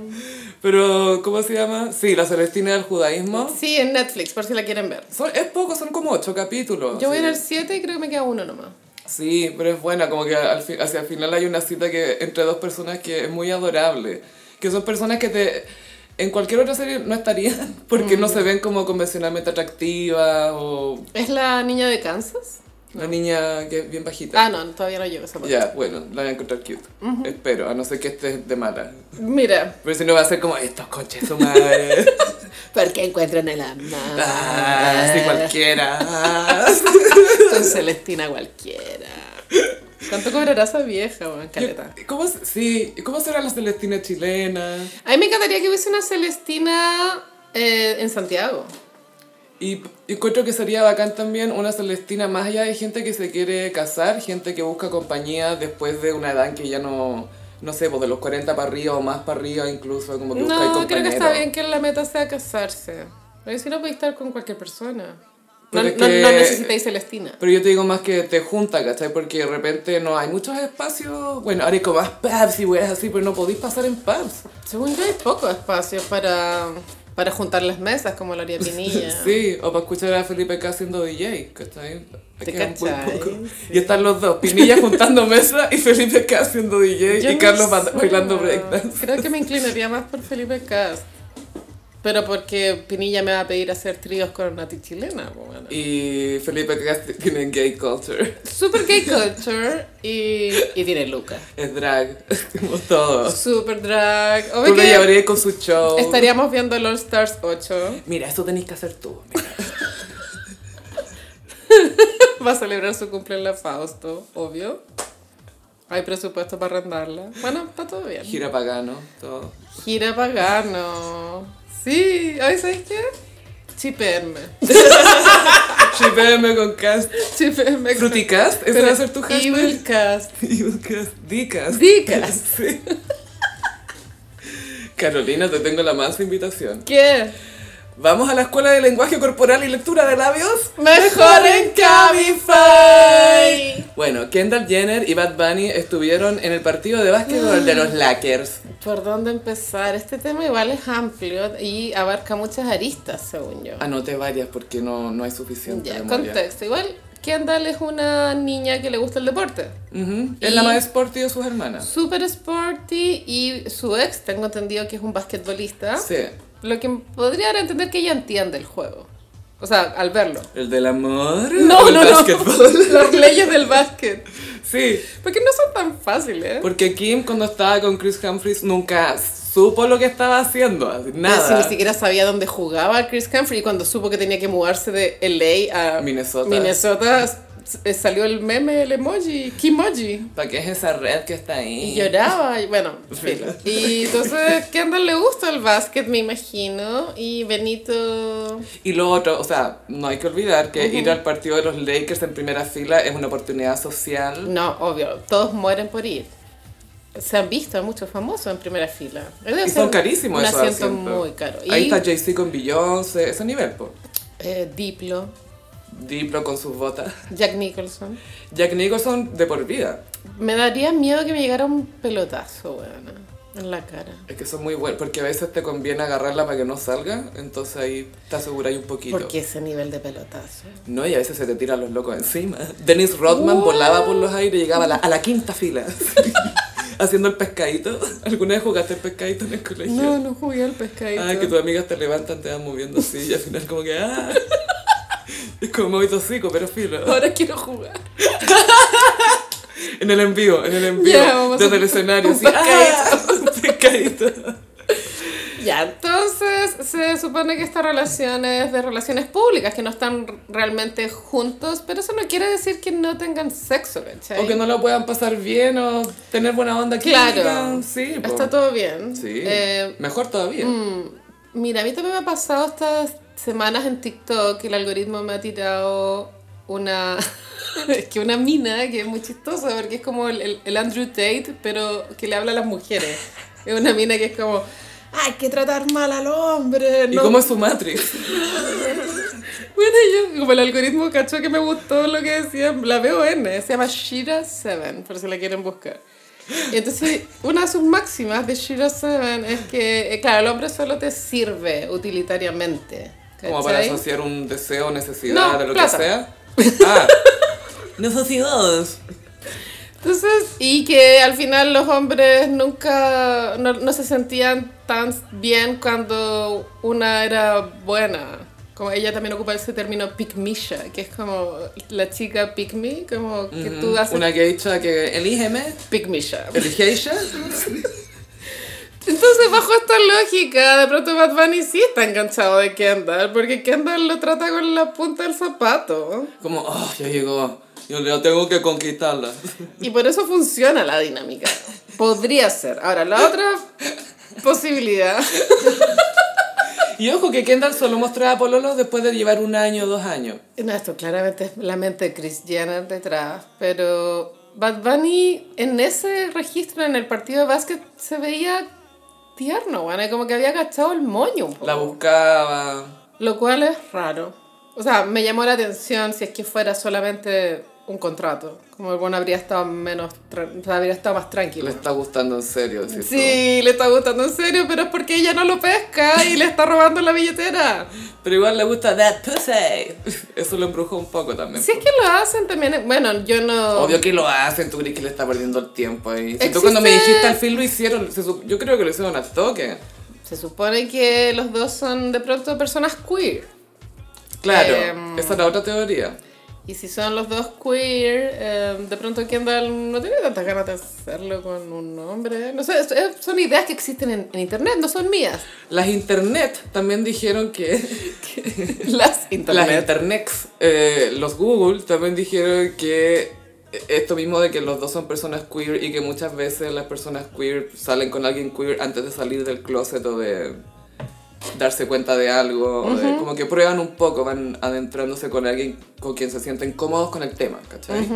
Pero, ¿cómo se llama? Sí, La Celestina del Judaísmo. Sí, en Netflix, por si la quieren ver. Son, es poco, son como ocho capítulos. Yo voy en Oh, sí. el 7 y creo que me queda uno nomás. Sí, pero es buena, como que al fi- hacia el final hay una cita que entre dos personas que es muy adorable. Que son personas que te... En cualquier otra serie no estarían porque Mm. no se ven como convencionalmente atractivas o ¿Es la niña de Kansas? una niña que es bien bajita. Ah, no, todavía no llego a esa ya, parte. bueno, la voy a encontrar cute. Espero, a no ser que estés de mala. Mira, Pero si no va a ser como, estos conches su madre. porque encuentran el amor. Ah, sí, cualquiera. Ah. Con Celestina cualquiera. ¿Cuánto cobrará esa vieja, weón? Caleta. Yo- ¿Cómo, se- sí, ¿cómo será la Celestina chilena? A mí me encantaría que hubiese una Celestina eh, en Santiago. Y p- encuentro que sería bacán también una Celestina más allá de gente que se quiere casar, gente que busca compañía después de una edad en que ya no, no sé, pues de los 40 para arriba o más para arriba incluso, como que busca No, creo compañero. que está bien que la meta sea casarse. Porque si no podéis estar con cualquier persona. No, Pero es no- que- no necesitáis Celestina. Pero yo te digo más que te junta, ¿cachai? Porque de repente no hay muchos espacios. Bueno, ahora hay como más pubs y weas así, pero no podéis pasar en pubs. Según yo hay poco espacio para, para juntar las mesas como lo haría Pinilla. Sí, o para escuchar a Felipe K siendo DJ, ¿cachai? ¿Te Queda muy cachai? poco. Y están los dos, Pinilla juntando mesa y Felipe K siendo DJ Yo y no Carlos sé. ba- bailando breakdance. Creo que me inclinaría más por Felipe Cast. Pero porque Pinilla me va a pedir hacer tríos con Nati Chilena. pues, bueno. Y Felipe K tiene gay culture, Super gay culture y, y tiene Lucas. es drag, como todo. Super drag. Obvio Tú lo que llevarías con su show. estaríamos viendo All Stars 8. Mira, eso tenés que hacer tú. mira. Va a celebrar su cumple en la Fausto, obvio. Hay presupuesto para arrendarla. Bueno, está todo bien. Gira pagano, todo. Gira pagano. Sí, ¿hoy sabéis qué? Chipenme. Chipéame con cast. Chipenme. Fruticast, ese va a ser tu hashtag. Evilcast. Evilcast. Dicast. Dicast. Sí. Carolina, te tengo la más invitación. ¿Qué? Vamos a la Escuela de Lenguaje Corporal y Lectura de Labios. Mejor en Cabify. Bueno, Kendall Jenner y Bad Bunny estuvieron en el partido de básquetbol de los Lakers. ¿Por dónde empezar? Este tema igual es amplio y abarca muchas aristas, según yo. Anoté varias porque no, no hay suficiente. Ya, memoria. contexto. Igual, Kendall es una niña que le gusta el deporte. Ujú, Es la Y- más sporty de sus hermanas. Super sporty y su ex, tengo entendido que es un basquetbolista. Sí. Lo que podría dar a entender que ella entiende el juego. O sea, al verlo. El del amor. No, el no, no. básquetbol. Las leyes del básquet. Sí. Porque no son tan fáciles. Porque Kim cuando estaba con Chris Humphries nunca supo lo que estaba haciendo, así, nada. Si ni siquiera sabía dónde jugaba Chris Humphrey y cuando supo que tenía que mudarse de LA a Minnesota. Minnesota, s- eh, salió el meme, el emoji, Kimoji. ¿Para qué es esa red que está ahí? Y lloraba, y bueno, en fin. Verdad. Y entonces Kendall le gusta el básquet, me imagino. Y Benito. Y lo otro, o sea, no hay que olvidar que ir al partido de los Lakers en primera fila es una oportunidad social. No, obvio, todos mueren por ir. Se han visto a muchos famosos en primera fila. Y son carísimos un esos asiento asientos. muy caro. Y Ahí está Jay-Z con Beyoncé, ese nivel, po. eh, Diplo, Diplo con sus botas. Jack Nicholson. Jack Nicholson de por vida. Me daría miedo que me llegara un pelotazo, weón, en la cara. Es que son muy buenos, porque a veces te conviene agarrarla para que no salga, entonces ahí te aseguráis un poquito. Porque ese nivel de pelotazo. No, y a veces se te tiran los locos encima. Dennis Rodman volaba por los aires y llegaba a la, a la quinta fila. así, haciendo el pescadito. ¿Alguna vez jugaste el pescadito en el colegio? No, no jugué al pescadito. Ah, que tus amigas te levantan, te van moviendo así y al final como que... Ah. Es como movito hocico, pero filo. Ahora quiero jugar. En el envío, en el envío. Ya, vamos a desde el hacer escenario. un así, ¡ah! Un pescadito. Ya, entonces se supone que esta relación es de relaciones públicas, que no están realmente juntos, pero eso no quiere decir que no tengan sexo, ¿cachai? O que no lo puedan pasar bien o tener buena onda Claro, química. Sí, po. está todo bien. Sí. Eh, Mejor todavía. mira, a mí también me ha pasado estas semanas en TikTok que el algoritmo me ha tirado una... es que una mina que es muy chistosa, porque es como el, el- el Andrew Tate, pero que le habla a las mujeres. Es una mina que es como... Hay que tratar mal al hombre. ¿Y no cómo es su Matrix? Bueno, yo, como el algoritmo cachó que me gustó lo que decía, la veo N, se llama Shira 7, por si la quieren buscar. Y entonces, una de sus máximas de Shira 7 es que, eh, claro, el hombre solo te sirve utilitariamente. Como para ¿cachai? asociar un deseo, necesidad, No, a lo plata. que sea. Ah. Necesidad. Entonces, y que al final los hombres nunca, no, no se sentían tan bien cuando una era buena. Como ella también ocupa ese término pick me sha, que es como la chica pick me, como que tú haces mm, Una geisha que elígeme, pick me sha. elige geisha. Entonces, bajo esta lógica, de pronto Bad Bunny sí está enganchado de Kendall, porque Kendall lo trata con la punta del zapato. Como, oh, ya llegó. Yo le tengo que conquistarla. Y por eso funciona la dinámica. Podría ser. Ahora, la otra posibilidad. Y ojo que Kendall solo mostraba pololos después de llevar un año o dos años. No, esto claramente es la mente de Chris Jenner detrás, pero Bad Bunny en ese registro, en el partido de básquet, se veía tierno, bueno, y como que había agachado el moño un poco. La buscaba. Lo cual es raro. O sea, me llamó la atención si es que fuera solamente un contrato. Como el bueno habría estado menos. tra- o sea, habría estado más Le tranquilo. está gustando en serio. ¿cierto? Sí, le está gustando en serio, pero es porque ella no lo pesca y le está robando la billetera. Pero igual le gusta that pussy. Eso lo embrujó un poco también. Si es que lo hacen también. Bueno, yo no. Obvio que lo hacen, tú crees que le está perdiendo el tiempo ahí. Si Existe- tú cuando me dijiste al fin lo hicieron, se sup- yo creo que lo hicieron al toque. Se supone que los dos son de pronto personas queer. Claro, Em, esa es la otra teoría. Y si son los dos queer, eh, de pronto Kendall no tiene tantas ganas de hacerlo con un hombre. No sé, es- es- son ideas que existen en- en internet, no son mías. Las internet también dijeron que... Las internet. Las internets, eh, los Google también dijeron que esto mismo de que los dos son personas queer y que muchas veces las personas queer salen con alguien queer antes de salir del closet o de... darse cuenta de algo, de- como que prueban un poco, van adentrándose con alguien con quien se sienten cómodos con el tema, ¿cachai?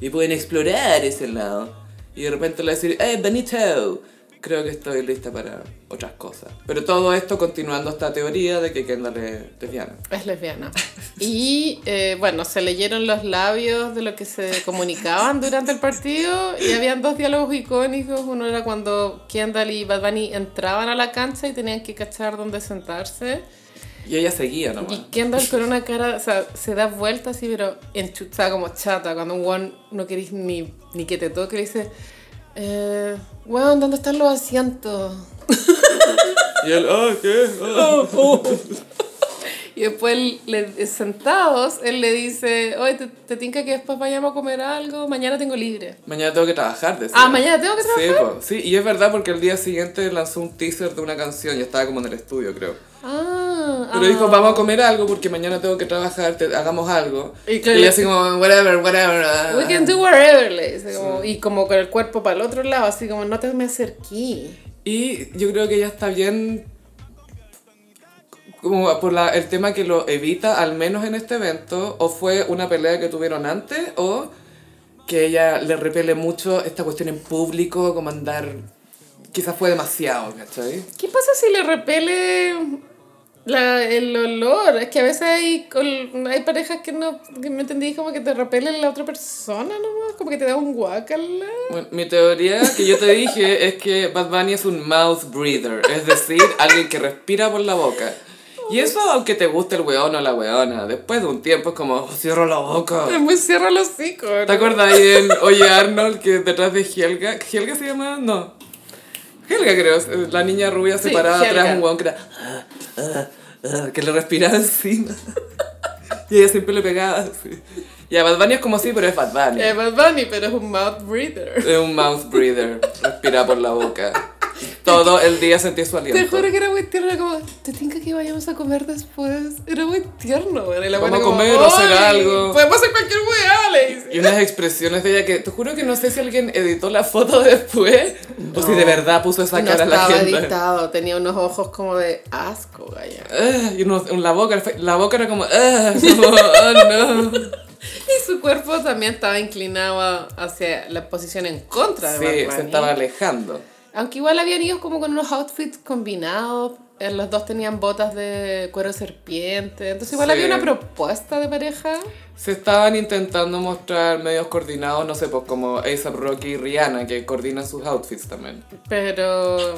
Y pueden explorar ese lado. Y de repente le decir, ¡eh, Benito! Creo que estoy lista para otras cosas. Pero todo esto continuando esta teoría de que Kendall es lesbiana. Es lesbiana. Y eh, bueno, se leyeron los labios de lo que se comunicaban durante el partido y habían dos diálogos icónicos. Uno era cuando Kendall y Bad Bunny entraban a la cancha y tenían que cachar dónde sentarse. Y ella seguía nomás. Y Kendall con una cara, o sea, se da vuelta así, pero enchuchada como chata. Cuando un weón no querís ni, ni que te toque, le dice, eh, weón, ¿dónde están los asientos? Y él, ¡ah, qué! ah". Oh. Y después, él le- sentados, él le dice, oye, ¿te, te tinca que después vayamos a comer algo? Mañana tengo libre. Mañana tengo que trabajar, decía. Ah, mañana tengo que Sí, trabajar. po. sí, y es verdad porque el día siguiente lanzó un teaser de una canción y estaba como en el estudio, creo. Ah, Pero ah. dijo, vamos a comer algo porque mañana tengo que trabajar, te- hagamos algo. Y Y, claro, ella así como, whatever, whatever. ah". We can do whatever, le dice. como- y como con el cuerpo para el otro lado, así como, no te me acerquí. Y yo creo que ella está bien como por la- el tema que lo evita, al menos en este evento, o fue una pelea que tuvieron antes, o que ella le repele mucho esta cuestión en público, como andar, quizás fue demasiado, ¿cachai? ¿Qué pasa si le repele la- el olor? Es que a veces hay, col- hay parejas que no, que no entendí, como que te repelen la otra persona nomás, como que te da un guacala. Bueno, mi teoría que yo te dije es que Bad Bunny es un mouth breather, es decir, alguien que respira por la boca. Y eso, aunque te guste el weón o la weona, después de un tiempo es como, "Oh, cierro la boca. Es muy cierra los hocico. ¿Te acuerdas ahí en Oye Arnold que detrás de Helga? ¿Helga se llama? No. Helga creo, es la niña rubia Sí, separada atrás de Helga. un weón que era, "Ah, ah, ah", que le respiraba encima. y ella siempre le pegaba así. Y a Bad Bunny es como así, pero es Bad Bunny. Es Bad Bunny, pero es un mouth breather. Es un mouth breather. Respira por la boca. Todo el día sentí su Te aliento. juro que era muy tierno, era como, te tengo que vayamos a comer después. Era muy tierno, güey. Y la Vamos buena a comer o "Ay, hacer algo". Podemos hacer cualquier weá, le dice. Y unas expresiones de ella que te juro que no sé si alguien editó la foto después o si de verdad puso esa No cara a la estaba gente. editado, tenía unos ojos como de asco, vaya. Ah, y uno- la boca, la boca era como, ah, como, oh no. Y su cuerpo también estaba inclinado a- hacia la posición en contra de Sí, Bad se Bunny. estaba alejando. Aunque igual habían ido como con unos outfits combinados. eh, Los dos tenían botas de cuero serpiente. Entonces igual Sí. había una propuesta de pareja. Se estaban intentando mostrar medios coordinados, no sé, pues como A$AP Rocky y Rihanna, que coordinan sus outfits también. Pero...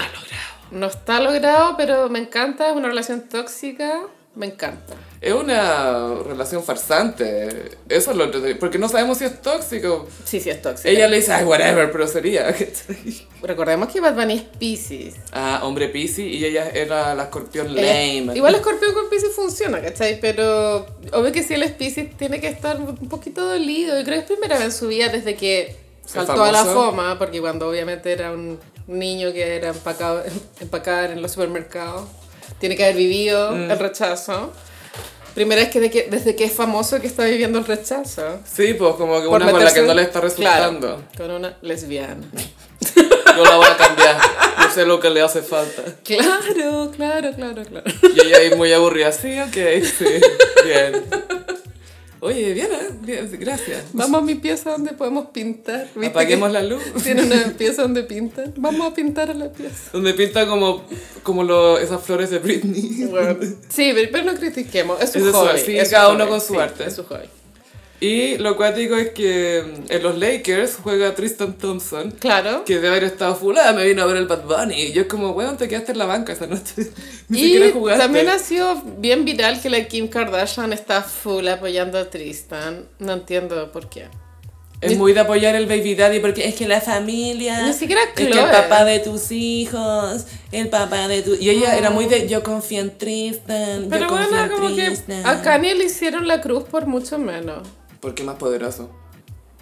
No está logrado, pero me encanta. Es una relación tóxica. Me encanta. Es una relación farsante. Eso es lo entretenido. Porque no sabemos si es tóxico. Sí, sí, es tóxica. Ella le dice, ay, whatever, pero sería. ¿cachai? Recordemos que Bad Bunny es Pisces. Ah, hombre Pisces y ella era la escorpión Eh, lame. igual escorpión con Pisces funciona, ¿cachai? Pero obvio que si él es Pisces tiene que estar un poquito dolido. Yo creo que es primera vez en su vida desde que saltó a la famoso. fama, porque cuando obviamente era un niño que era empacado, empacado en los supermercados, tiene que haber vivido Mm. el rechazo. Primera vez que, de que- desde que es famoso que está viviendo el rechazo. Sí, pues como que Por una con la meterse- que no le está resultando. Claro, con una lesbiana. Yo la voy a cambiar. Yo sé lo que le hace falta. Claro, claro, claro, claro. Y ella ahí muy aburrida. Sí, ok, sí. Bien. Oye, bien, ¿eh? Bien, gracias. Vamos a mi pieza donde podemos pintar. ¿viste que- Apaguemos la luz. Tiene una pieza donde pinta. Vamos a pintar a la pieza. Donde pinta como, como lo- esas flores de Britney. Sí, pero, pero no critiquemos. Es su Es de su- hobby. sí, es su cada uno hobby, con su sí, arte. Es su hobby. Y lo cuático es que mm, en los Lakers juega Tristan Thompson. Claro. Que de haber estado full, ah, me vino a ver el Bad Bunny. Y yo es como, weón, te quedaste en la banca esa noche. Ni Y siquiera jugaste. también ha sido bien viral que la Kim Kardashian está full apoyando a Tristan. No entiendo por qué. Es muy de apoyar el Baby Daddy porque es que la familia. Ni siquiera Es que el Chloe. papá de tus hijos. El papá de tu. Y ella era muy de Eh, yo confío en Tristan. Pero yo confío bueno, en como Tristan. que a Kanye le hicieron la cruz por mucho menos. Porque más poderoso.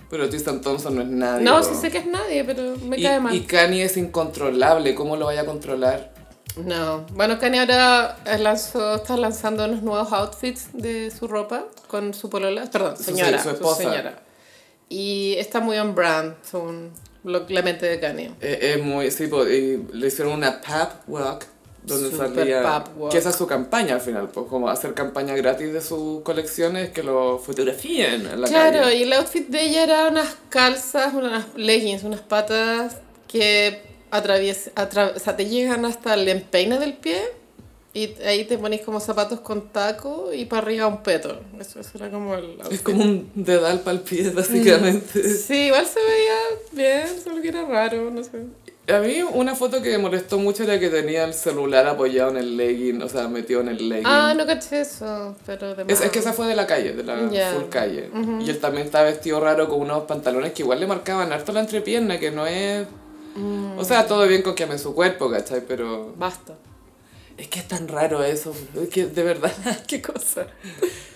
Pero Tristan Thompson no es nadie. No, po. sí sé que es nadie, pero me Y, cae mal. y Kanye es incontrolable. ¿Cómo lo vaya a controlar? No. Bueno, Kanye ahora eh, lanzó, está lanzando unos nuevos outfits de su ropa con su polola, perdón, Su- señora, su su, esposa. señora. Y está muy on brand, según lo- la mente de Kanye. Eh, Es muy. Sí, po, y le hicieron una pap walk. donde Super salía pop walk. que esa es su campaña al final pues como hacer campaña gratis de sus colecciones que lo fotografíen en la Claro, calle y el outfit de ella era unas calzas, unas leggings, unas patas que atravies, atra- o sea, te llegan hasta el empeine del pie y ahí te pones como zapatos con taco y para arriba un peto. Eso, eso era como el es outfit. como un dedal para el Mm. pie básicamente Sí, igual se veía bien, solo que era raro, no sé. a mí una foto que me molestó mucho era que tenía el celular apoyado en el legging o sea metido en el legging Ah, no caché eso, pero de Es, más. es que esa fue de la calle, de la Ya. full calle. Y él también estaba vestido raro con unos pantalones que igual le marcaban harto la entrepierna, que no es... O sea, todo bien con que ame su cuerpo, ¿cachai? Pero Mm, Basta. es que es tan raro eso, es que de verdad, qué cosa.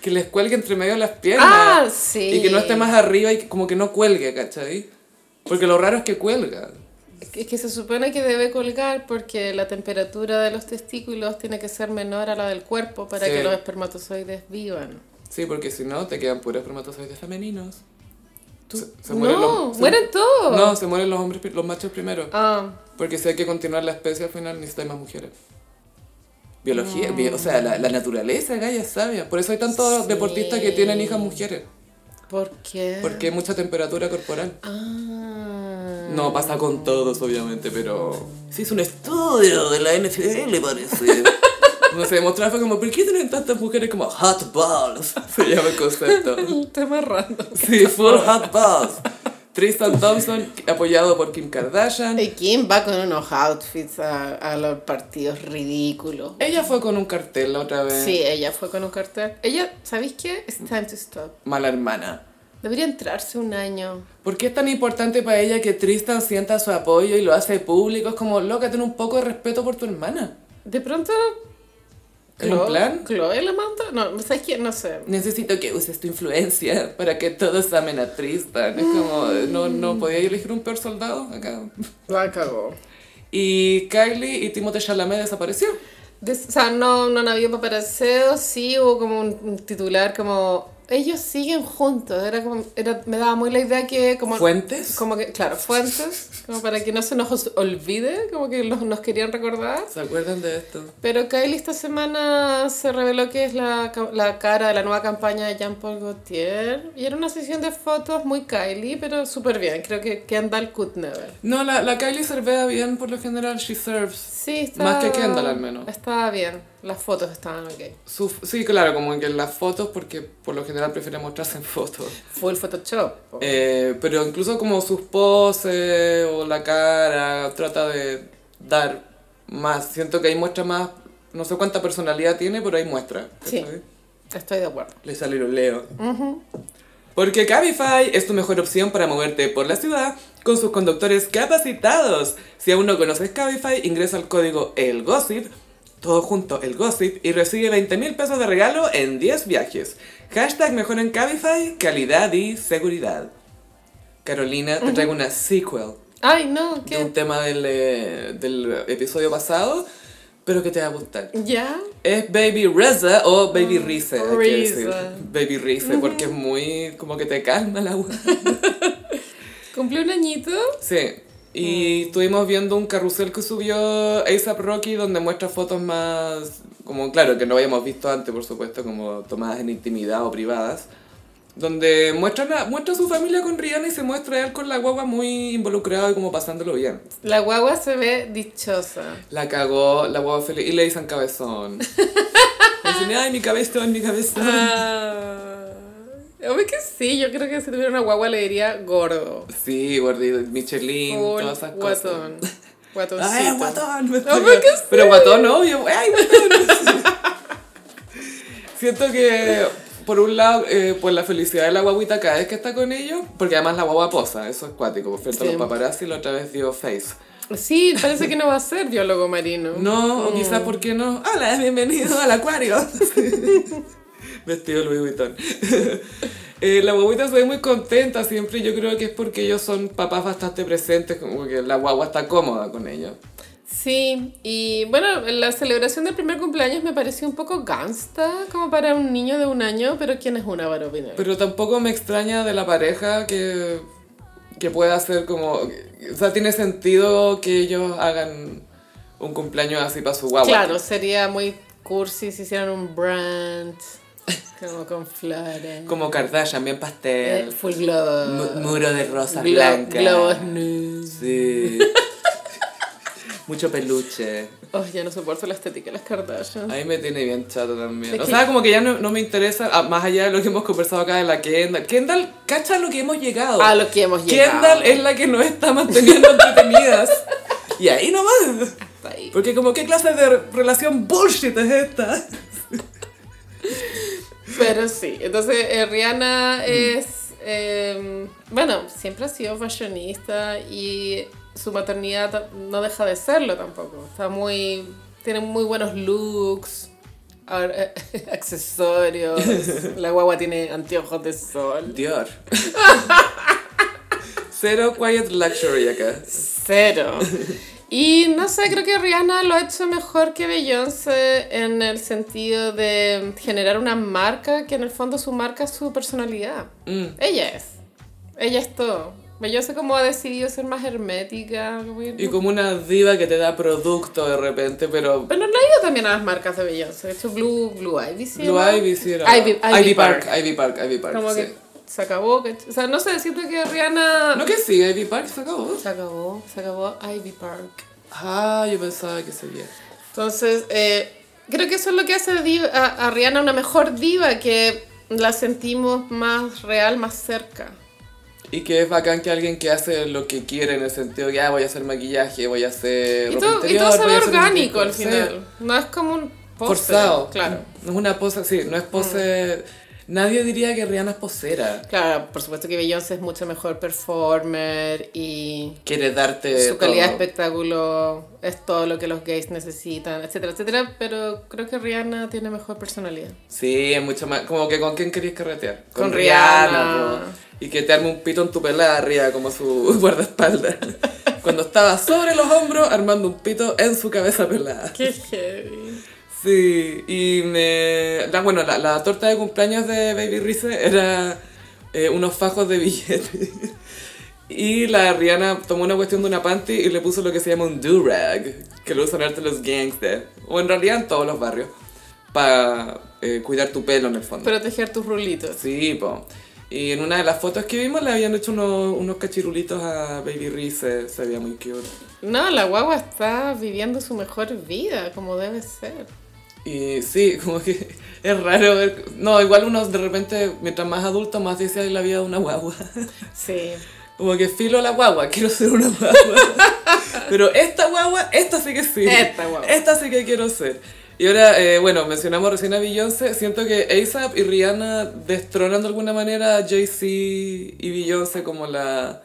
Que les cuelgue entre medio de las piernas. Ah, sí. Y que no esté más arriba y que- como que no cuelgue, ¿cachai? Porque lo raro es que cuelga. Es que- es que se supone que debe colgar porque la temperatura de los testículos tiene que ser menor a la del cuerpo para Sí. que los espermatozoides vivan. Sí, porque si no, te quedan puros espermatozoides femeninos. Tú- Se- se no, mueren los- se- mueren todos. No, se mueren los hombres, pri- los machos primero. Ah, Porque si hay que continuar la especie, al final necesitan más mujeres. Biología, bi- o sea, la, la naturaleza, Gaya, sabia. Por eso hay tantos Sí. deportistas que tienen hijas mujeres. ¿por qué? Porque hay mucha temperatura corporal. Ah. No pasa con todos, obviamente, pero... Se hizo un estudio de la NFL, parece. No se demostraba, fue como, ¿por qué tienen tantas mujeres como hot balls? Se llama el concepto. Un tema random. Sí, full hot balls. Tristan Thompson, apoyado por Kim Kardashian. ¿Y quién va con unos outfits a, a los partidos ridículos? Ella fue con un cartel la otra vez. Sí, ella fue con un cartel. Ella, ¿sabéis qué? It's time to stop. Mala hermana. Debería entrarse un año. ¿Por qué es tan importante para ella que Tristan sienta su apoyo y lo hace público? Es como, loca, ten un poco de respeto por tu hermana. De pronto. ¿En un plan? ¿Chloe la manda? No, ¿sabes qué? No sé. Necesito que uses tu influencia para que todos amen a Tristan. Es como, no, Mm. no podía elegir un peor soldado acá. La cagó. Y Kylie y Timothée Chalamet desapareció. Des- o sea, no, no han habido paparazos, sí hubo como un, un titular como... Ellos siguen juntos, era como, era, me daba muy la idea que como... ¿Fuentes? Como que, claro, fuentes, como para que no se nos olvide, como que los- nos querían recordar. ¿Se acuerdan de esto? Pero Kylie esta semana se reveló que es la, ca- la cara de la nueva campaña de Jean-Paul Gaultier. Y era una sesión de fotos muy Kylie, pero súper bien. Creo que Kendall could never. No, la, la Kylie se vea bien por lo general, she serves. Sí, estaba... Más que Kendall, al menos. Estaba bien, las fotos estaban ok. Su- sí, claro, como que en las fotos, porque por lo general prefiere mostrarse en fotos. Full Photoshop. po. Eh, pero incluso como sus poses o la cara, trata de dar más. Siento que ahí muestra más, no sé cuánta personalidad tiene, pero ahí muestra. Sí. ¿cachai? Estoy de acuerdo. Le sale lo leo. Porque Cabify es tu mejor opción para moverte por la ciudad con sus conductores capacitados. Si aún no conoces Cabify, ingresa el código ELGOSIP, todo junto ELGOSIP, y recibe 20 mil pesos de regalo en 10 viajes. Hashtag mejor en Cabify, calidad y seguridad. Carolina, te traigo una sequel Ay, no, de un ¿qué? tema del, eh, del episodio pasado, pero que te va a gustar. ¿Ya? Es Baby Reza o Baby Rize, hay que Rize. decir. Baby Rize, porque es muy como que te calma la agua. ¿Cumplió un añito? Sí. Y estuvimos viendo un carrusel que subió ASAP Rocky donde muestra fotos más, como claro, que no habíamos visto antes, por supuesto, como tomadas en intimidad o privadas. Donde muestran a- muestra a su familia con Rihanna y se muestra él con la guagua muy involucrado y como pasándolo bien. La guagua se ve dichosa. La cagó, la guagua feliz. Y le dicen cabezón. Le dicen, ay, mi cabezón, mi cabezón. Ah, obvio que sí, yo creo que si tuviera una guagua le diría gordo. Sí, gordito, Michelin, Full todas esas guatón. cosas. Guatoncito. ¡Ay, guatón! Me No, estoy- pero que sí. Ah, Pero guatón, obvio. ¡Ay, guatón! Siento que, por un lado, eh, por la felicidad de la guaguita cada vez que está con ellos, porque además la guagua posa, eso es cuático, por frente a Sí. los paparazzi, la otra vez dio face. Sí, parece que no va a ser biólogo marino. No, o quizás porque no. ¡Hola, bienvenido al acuario! Vestido Louis Vuitton. Eh, la guaguita se ve muy contenta siempre y yo creo que es porque ellos son papás bastante presentes, como que la guagua está cómoda con ellos. Sí, y bueno, la celebración del primer cumpleaños me pareció un poco gangsta, como para un niño de un año, pero ¿quién es una para opinar? Pero tampoco me extraña de la pareja que, que pueda hacer como... O sea, tiene sentido que ellos hagan... un cumpleaños así para su guagua. Claro, sería muy cursi si hicieran un brand como con flores. Como Kardashian, bien eh, pastel. full globo. mu- muro de rosas Glo- blancas. Globos nudes. Sí. Mucho peluche. Oh, ya no soporto la estética de las Kardashian. A mí me tiene bien chato también. Es O que- sea, como que ya no, no me interesa, ah, más allá de lo que hemos conversado acá de la Kendall. Kendall, cacha lo que hemos llegado. A lo que hemos llegado. Kendall es la que nos está manteniendo entretenidas. y ahí nomás. Hasta ahí. Porque como, ¿qué clase de re- relación bullshit es esta? Pero sí, entonces eh, Rihanna es, eh, bueno, siempre ha sido fashionista y su maternidad ta- no deja de serlo tampoco. Está muy, tiene muy buenos looks, ahora, eh, accesorios, la guagua tiene anteojos de sol. Dior. Cero quiet luxury acá. Cero. Y no sé, creo que Rihanna lo ha hecho mejor que Beyoncé en el sentido de generar una marca que en el fondo su marca es su personalidad. Mm. Ella es. Ella es todo. Beyoncé como ha decidido ser más hermética. como que- Y como una diva que te da producto de repente, pero... Pero no ha ido también a las marcas de Beyoncé. De hecho, Blue, Blue Ivy sí. Lo ¿no? Ivy, sí, era- Ivy, Ivy Park. Ivy Park, Ivy Park, Como sí. que se acabó. ¿cach- O sea, no sé, siento que Rihanna... No que sí, Ivy Park se acabó. Se acabó, se acabó Ivy Park. Ah, yo pensaba que seguía. Entonces, eh, creo que eso es lo que hace diva- a, a Rihanna una mejor diva, que la sentimos más real, más cerca. Y que es bacán que alguien que hace lo que quiere en el sentido que ah, voy a hacer maquillaje, voy a hacer Y ropa todo, y interior, todo se voy a ve hacer un orgánico al disco". Sí, final. No es como un póster, forzado. Claro. Mm. No es una pose, sí, no es pose. Nadie diría que Rihanna es posera. Claro, por supuesto que Beyoncé es mucho mejor performer y Quiere darte. su calidad de todo. espectáculo es todo lo que los gays necesitan, etcétera, etcétera. Pero creo que Rihanna tiene mejor personalidad. Sí, es mucho más. Como que con quién querías carretear. Con Rihanna. po. Y que te arme un pito en tu pelada arriba, como su guardaespaldas. Cuando estaba sobre los hombros, armando un pito en su cabeza pelada. Qué heavy. Sí, y me... La, bueno, la, la torta de cumpleaños de Baby Rice era eh, unos fajos de billetes. Y la Rihanna tomó una cuestión de una panty y le puso lo que se llama un do-rag, que lo usan harto los gangsters, o en realidad en todos los barrios, para cuidar tu pelo en el fondo. Proteger tus rulitos. Sí, po. Y en una de las fotos que vimos le habían hecho unos, unos cachirulitos a Baby Rice, se veía muy cute. No, la guagua está viviendo su mejor vida, como debe ser. Y sí, como que es raro ver. No, igual uno de repente, mientras más adulto, más dice "Ay, la vida de una guagua. Sí. Como que filo la guagua, quiero ser una guagua. Pero esta guagua, esta sí que sí. Esta guagua. Esta sí que quiero ser. Y ahora, eh, bueno, mencionamos recién a Beyoncé. Siento que ASAP y Rihanna destronan de alguna manera a Jay-Z y Beyoncé como la,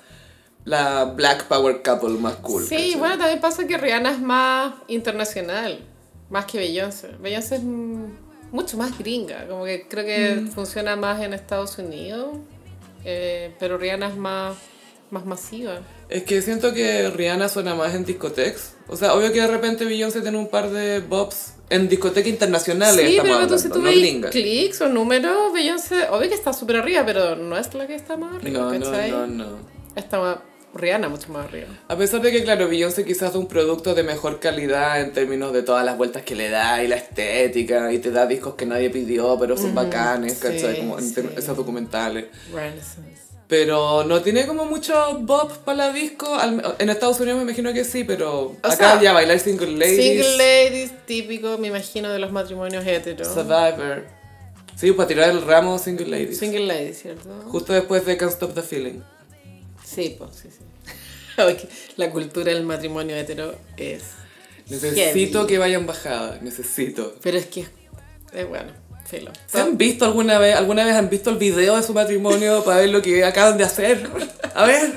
la Black Power Couple más cool. sí, ¿cachai? bueno, también pasa que Rihanna es más internacional, más que Beyoncé. Beyoncé es mm, mucho más gringa, como que creo que funciona más en Estados Unidos, eh, pero Rihanna es más, más masiva. Es que siento que Rihanna suena más en discotecas. O sea, obvio que de repente Beyoncé tiene un par de bops en discotecas internacionales. sí, estamos pero tú, hablando, si tú no ves gringas. clics o números, Beyoncé, obvio que está súper arriba, pero no es la que está más arriba, No, ¿cachai? no, no, no. Está más- Rihanna mucho más arriba. A pesar de que, claro, Beyoncé quizás es un producto de mejor calidad en términos de todas las vueltas que le da y la estética y te da discos que nadie pidió, pero son bacanes, sí, ¿cachai? Como en ter- sí. esos documentales. Renaissance. Pero no tiene como mucho bop para la disco. Al- En Estados Unidos me imagino que sí, pero acá sea, ya bailar single ladies. Single ladies, típico, me imagino, de los matrimonios heteros. Survivor. Sí, pues, para tirar el ramo Single Ladies. Single ladies, ¿cierto? Justo después de Can't Stop the Feeling. Sí, pues, sí, sí. Ok, La cultura del matrimonio hetero es. Necesito heavy. que vayan bajada, necesito. Pero es que es. eh, bueno, filo. ¿Se han visto alguna vez, alguna vez han visto el video de su matrimonio para ver lo que acaban de hacer? A ver.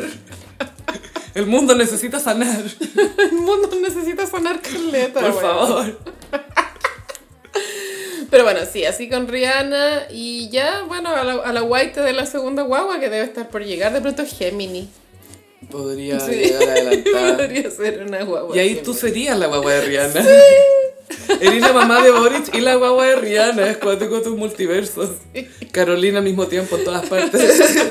El mundo necesita sanar, El mundo necesita sonar carleta, por weón. favor. Pero bueno, sí, así con Rihanna y ya, bueno, a la, a la white de la segunda guagua que debe estar por llegar. De pronto es Gemini. Ah. Podría Sí. llegar a adelantar. Podría ser una guagua. Y ahí Gemini. tú serías la guagua de Rihanna. Eres la mamá de Boric y la guagua de Rihanna. Es cuático tus multiversos. Carolina al mismo tiempo en todas partes.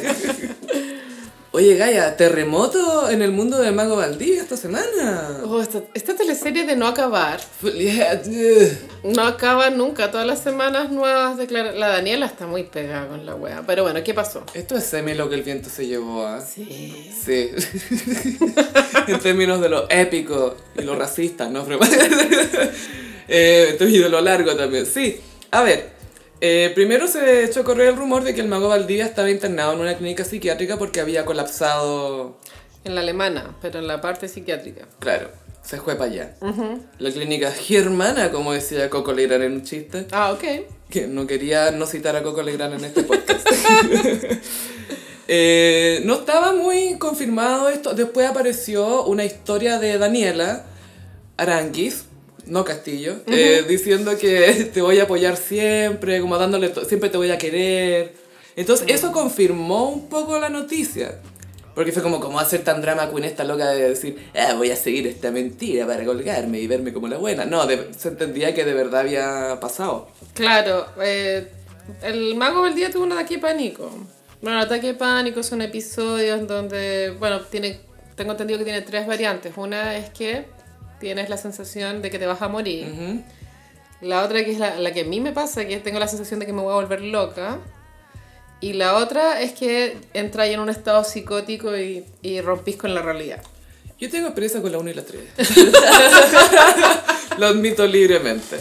Oye, Gaia, terremoto en el mundo de Mago Valdivia esta semana. Oh, esta, esta teleserie de no acabar, Yeah, yeah. no acaba nunca. Todas las semanas nuevas declara- La Daniela está muy pegada con la wea. Pero bueno, ¿qué pasó? Esto es semi lo que el viento se llevó a. Sí. Sí. en términos de lo épico y lo racista, ¿no? Pero- Eh, entonces, y de lo largo también. Sí. A ver. eh, primero se echó a correr el rumor de que el mago Valdivia estaba internado en una clínica psiquiátrica porque había colapsado. En la alemana, pero en la parte psiquiátrica. Claro, se fue para allá. La clínica germana, como decía Coco Legrand en un chiste, Ah, ok. que no quería no citar a Coco Legrand en este podcast. Eh, no estaba muy confirmado esto. Después apareció una historia de Daniela Aranguis, no Castillo, eh, diciendo que te voy a apoyar siempre, como dándole, to- siempre te voy a querer. Entonces eso confirmó un poco la noticia. Porque fue como, como hacer tan drama queen esta loca de decir, "Ah, voy a seguir esta mentira para colgarme y verme como la buena. No, de- se entendía que de verdad había pasado. Claro, eh, el mago del día tuvo un ataque de pánico. Bueno, el ataque de pánico son episodios donde, bueno, tiene, tengo entendido que tiene tres variantes. Una es que tienes la sensación de que te vas a morir. Ujú. La otra que es la, la que a mí me pasa, que tengo la sensación de que me voy a volver loca. Y la otra es que entras en un estado psicótico y, y rompís con la realidad. Yo tengo experiencia con la 1 y la 3. Lo admito libremente.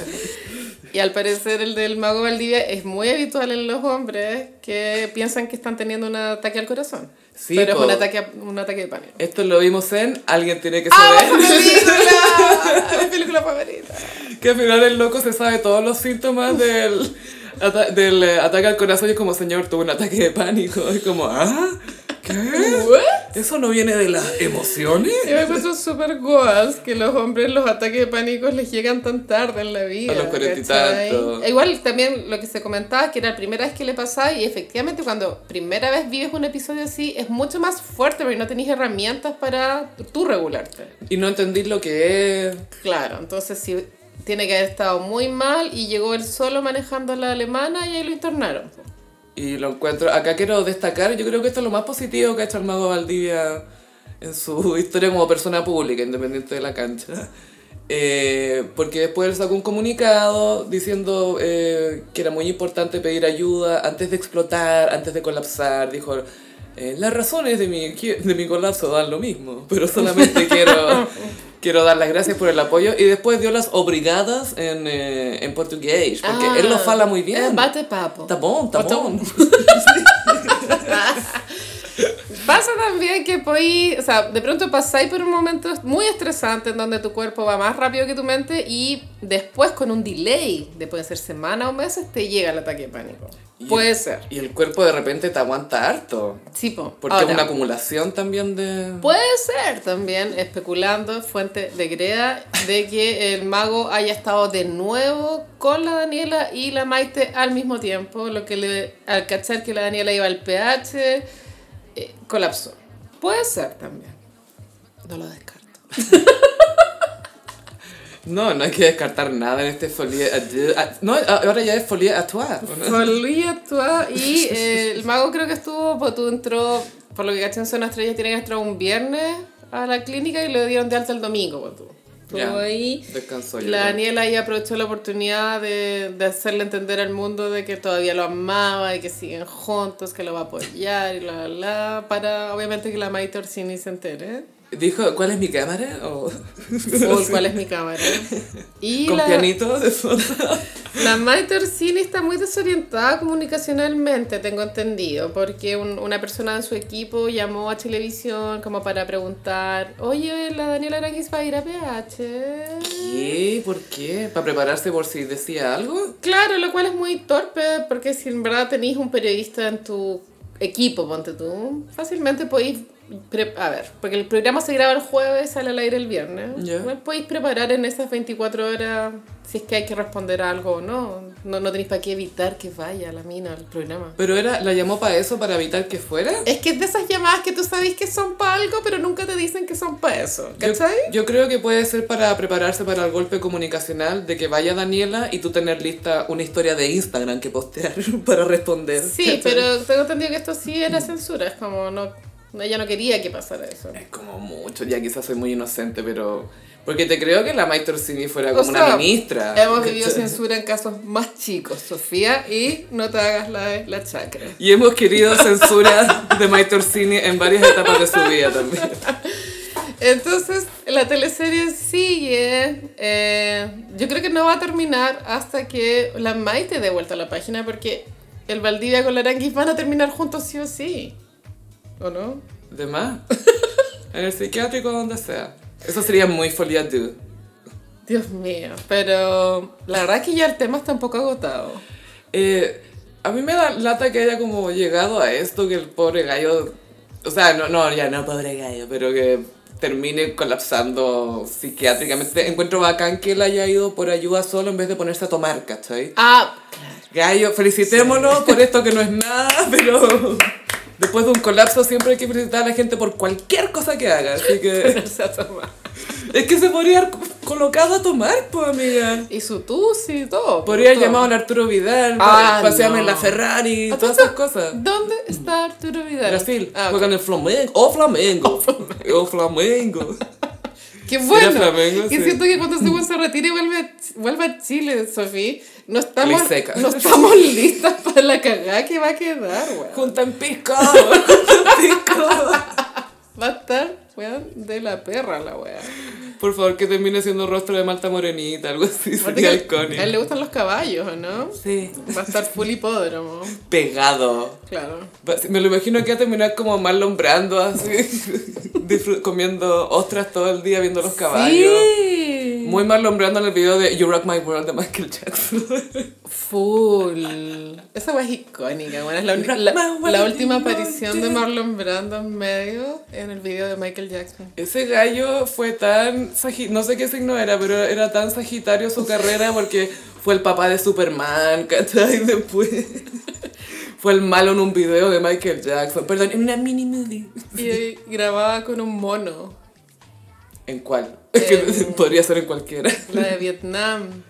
Y al parecer el del mago Valdivia es muy habitual en los hombres que piensan que están teniendo un ataque al corazón. Sí, pero po. es un ataque, a- un ataque de pánico. Esto lo vimos en Alguien tiene que ¡Ah, saber. película! ¡Mi película favorita! que al final el loco se sabe todos los síntomas del, ata- del eh, ataque al corazón y es como, señor, tuvo un ataque de pánico. Es como, ¿ah? ¿Qué? ¿Eso no viene de las emociones? Yo me encuentro súper goals que los hombres los ataques de pánico les llegan tan tarde en la vida. A los cuarenta y ¿cachai? tanto. Igual también lo que se comentaba que era la primera vez que le pasaba y efectivamente cuando primera vez vives un episodio así es mucho más fuerte porque no tenés herramientas para tú regularte. Y no entendí lo que es. Claro, entonces sí tiene que haber estado muy mal y llegó él solo manejando la alemana y ahí lo internaron. po. Y lo encuentro. Acá quiero destacar, yo creo que esto es lo más positivo que ha hecho el Mago Valdivia en su historia como persona pública, independiente de la cancha. Eh, porque después él sacó un comunicado diciendo eh, que era muy importante pedir ayuda antes de explotar, antes de colapsar. Dijo, eh, las razones de mi, de mi colapso dan lo mismo, pero solamente quiero, quiero dar las gracias por el apoyo. Y después dio las obrigadas en, eh, en portugués, porque Ah, él lo fala muy bien. eh, bate papo. Está bom, tá Otro- bom. Pasa también que podí, o sea, de pronto pasáis por un momento muy estresante en donde tu cuerpo va más rápido que tu mente y después con un delay de puede ser semana o meses te llega el ataque de pánico. Y- Puede ser. Y el cuerpo de repente te aguanta harto. Sí, po. Porque Ahora, es una acumulación también de... Puede ser también, especulando, fuente de greda, de que el mago haya estado de nuevo con la Daniela y la Maite al mismo tiempo, lo que le, al cachar que la Daniela iba al pH, eh, colapsó. Puede ser también. No lo descarto. No, no hay que descartar nada en este folie... à deux. Ah, No, ahora ya es folie à toi. ¿o no? Volví a actuar y eh, el mago creo que estuvo, pues tú entró, por lo que caché en Zona Estrella, tiene que entrar un viernes a la clínica y lo dieron de alta el domingo, pues tú. Estuvo Ya. ahí. Descanso yo. La Daniela ahí aprovechó la oportunidad de, de hacerle entender al mundo de que todavía lo amaba y que siguen juntos, que lo va a apoyar y la, la, para obviamente que la Maite Orsini se entere. Dijo, ¿cuál es mi cámara? O- Full, ¿Cuál es mi cámara? Y Con la, pianito de fondo. la Maite Orsini está muy desorientada comunicacionalmente, tengo entendido, porque un- una persona de su equipo llamó a televisión como para preguntar, oye, la Daniela Aranguis va a ir a PH. ¿Qué? ¿Por qué? ¿Para prepararse por si decía algo? Claro, lo cual es muy torpe porque si en verdad tenéis un periodista en tu equipo, ponte tú, fácilmente podéis... pre- A ver, porque el programa se graba el jueves, sale al aire el viernes. Ya. Igual podéis preparar en esas 24 horas si es que hay que responder a algo o no. No, no tenéis para qué evitar que vaya la mina al programa. Pero era, la llamó para eso, para evitar que fuera. Es que es de esas llamadas que tú sabes que son para algo, pero nunca te dicen que son para eso. Yo, ¿Cachai? yo creo que puede ser para prepararse para el golpe comunicacional de que vaya Daniela y tú tener lista una historia de Instagram que postear para responder. Sí, pero tengo entendido que esto sí era censura, es como no No, ella no quería que pasara eso. Es como mucho, ya quizás soy muy inocente, pero... Porque te creo que la May Torsini fuera O como una sea, ministra. Hemos vivido ¿cachai? censura en casos más chicos, Sofía, y no te hagas la, la chacra. Y hemos querido censura de May Torsini en varias etapas de su vida también. Entonces, la teleserie sigue. eh, yo creo que no va a terminar hasta que la Maite dé vuelta a la página, porque el Valdivia con la Aranguis van a terminar juntos sí o sí. ¿O no? De más. En el psiquiátrico, donde sea. Eso sería muy folia dude. Dios mío. Pero la verdad que ya el tema está un poco agotado. Eh, a mí me da lata que haya como llegado a esto, que el pobre gallo, o sea, no, no, ya no pobre gallo, pero que termine colapsando psiquiátricamente. Encuentro bacán que él haya ido por ayuda solo en vez de ponerse a tomar, ¿cachai? Ah, Gallo, felicitémonos por esto que no es nada, pero después de un colapso siempre hay que felicitar a la gente por cualquier cosa que haga, así que... ponerse a tomar. Es que se podría haber colocado a tomar, pues, amiga. Y su tusi y todo. pues, Podría haber todo. llamado a Arturo Vidal, Ah, para pasearme en no. la Ferrari, ¿A todas ti esas no- cosas. ¿Dónde está Arturo Vidal? Brasil, Ah, juegan el Flamengo. O Flamengo. O Flamengo. Qué bueno. Flamengo, y sí. siento que cuando ese weón se retire y vuelve a, Ch- vuelva a Chile, Sofía, no estamos, Liseca. no estamos listas para la cagada que va a quedar, weón. Juntan pescado. Juntan pescado. Va a estar, weón, de la perra la weá. Por favor, que termine siendo rostro de Malta Morenita, algo así. Sería A él icónico. le gustan los caballos, ¿o ¿no? Sí. Va a estar full hipódromo, Pegado. claro. Va- Me lo imagino que va a terminar como Marlon Brando, así. disfru- comiendo ostras todo el día, viendo los caballos. Sí. Muy Marlon Brando en el video de You Rock My World de Michael Jackson. Full. Esa weá es icónica, weón. Es la, uni- la- la última aparición de Marlon Brando en medio en el video de Michael Jackson. Ese gallo fue tan... sagi- No sé qué signo era, pero era tan sagitario su carrera porque fue el papá de Superman, ¿cachai? Después fue el malo en un video de Michael Jackson. Perdón, en una mini movie. Y grababa con un mono. ¿En cuál? Es que Eh. Podría ser en cualquiera. La de Vietnam.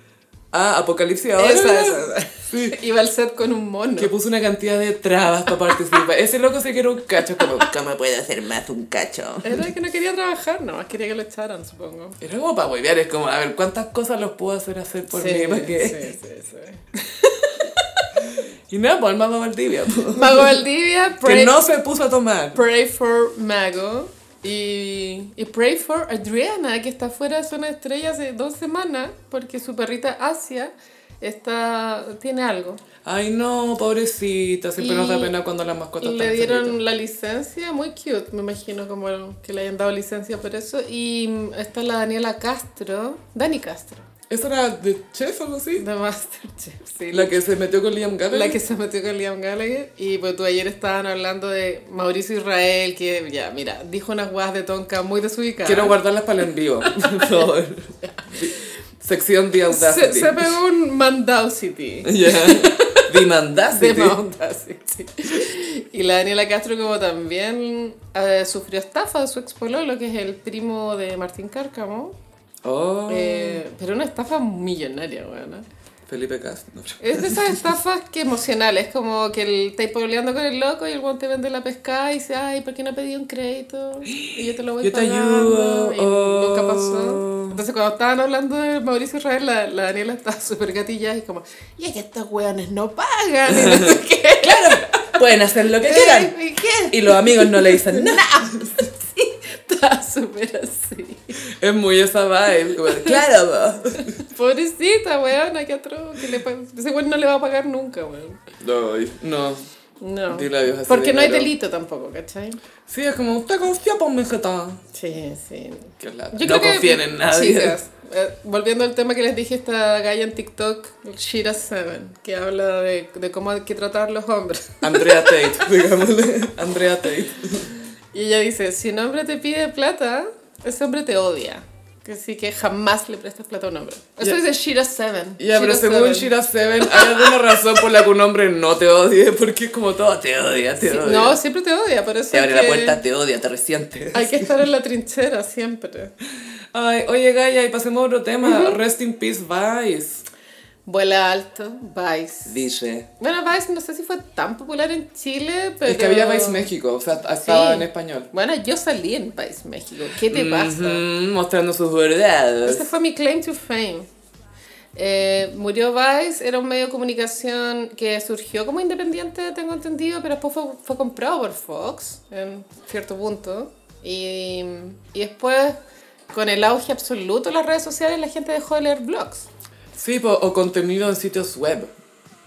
Ah, Apocalipsis ahora. Esa, esa, esa. Sí. Iba al set con un mono. Que puso una cantidad de trabas para participar. Ese loco se que era un cacho, como, ¿cómo puedo hacer más un cacho? Era que no quería trabajar, nomás quería que lo echaran, supongo. Era como para huevear, es como, a ver, ¿cuántas cosas los puedo hacer hacer por mí? Para que- sí, sí, sí. Y nada, pues el mamá Valdivia. pues. Mago Valdivia, Que pray, no se puso a tomar. pray for Mago. Y, y pray for Adriana, que está fuera de zona estrella hace dos semanas, porque su perrita Asia está, tiene algo. Ay, no, pobrecita. Siempre nos da Y pena cuando las mascotas Le están dieron enfermitas. la licencia, muy cute, me imagino como que le hayan dado licencia por eso. Y mm, está la Daniela Castro, Dani Castro, ¿Eso era de chef o algo así? de Masterchef, sí. La que se metió con Liam Gallagher. La que se metió con Liam Gallagher. Y pues tú ayer estaban hablando de Mauricio Israel, que ya, mira, dijo unas guas de tonca muy desubicadas. Quiero guardarlas para el en vivo, por favor. Sección de se, Audacity. se pegó un Mandaucity. Ya. The Mandacity. De Mandaucity. Y la Daniela Castro como también eh, sufrió estafa de su expololo, que es el primo de Martín Cárcamo. Oh, Eh, pero una estafa millonaria, weón. Felipe Castro. No, Es de esas estafas que emocionales, como que el, estáis pololeando con el loco y el guante vende la pescada y dice, ay, ¿por qué no pedí un crédito? Y yo te lo voy Yo te pagando", ayudo, Y oh. nunca pasó. Entonces cuando estaban hablando de Mauricio Israel, la, la Daniela estaba súper gatilla y como, y es que estos weones no pagan. Y no sé qué. Pueden hacer lo Eh. que ¿Y qué? Y los amigos no le dicen nada. Estaba súper así. Es muy esa vibe. como, claro, po". Pobrecita, weona, qué atroz. Que le pa- ese weón no le va a pagar nunca, weón. No, y- no. No. Dile adiós a ese Porque no hay dinero. delito tampoco, ¿cachai? Sí, es como, usted confía por mi jeta. Sí, sí. Qué lata. Yo no creo que, confíen en nadie. chicas, eh, volviendo al tema que les dije, esta galla en TikTok, Shira Seven, que habla de, de cómo hay que tratar los hombres. Andrea Tate, digámosle. Andrea Tate. Y ella dice, si un hombre te pide plata, ese hombre te odia. Así que jamás le prestas plata a un hombre. Eso Ya. dice Shira Seven. Ya, pero Shira según Seven. Shira Seven, hay alguna razón por la que un hombre no te odie, porque es como todo, te odia, te Sí, odia. no, siempre te odia, por eso te hay abre la que- puerta, te odia, te resiente. hay que estar en la trinchera siempre. Ay, oye, Gaia, y pasemos a otro tema. Rest in Peace Vice. Vuela alto, Vice. Dice. Bueno, Vice no sé si fue tan popular en Chile, pero... Es que había Vice México, o sea, estaba en español. Bueno, yo salí en Vice México. ¿Qué te pasa? Mm, mostrando sus verdades. Ese fue mi claim to fame. Eh, murió Vice, era un medio de comunicación que surgió como independiente, tengo entendido, pero después fue, fue comprado por Fox en cierto punto. Y, y después, con el auge absoluto de las redes sociales, la gente dejó de leer blogs. Sí, po, o contenido en sitios web.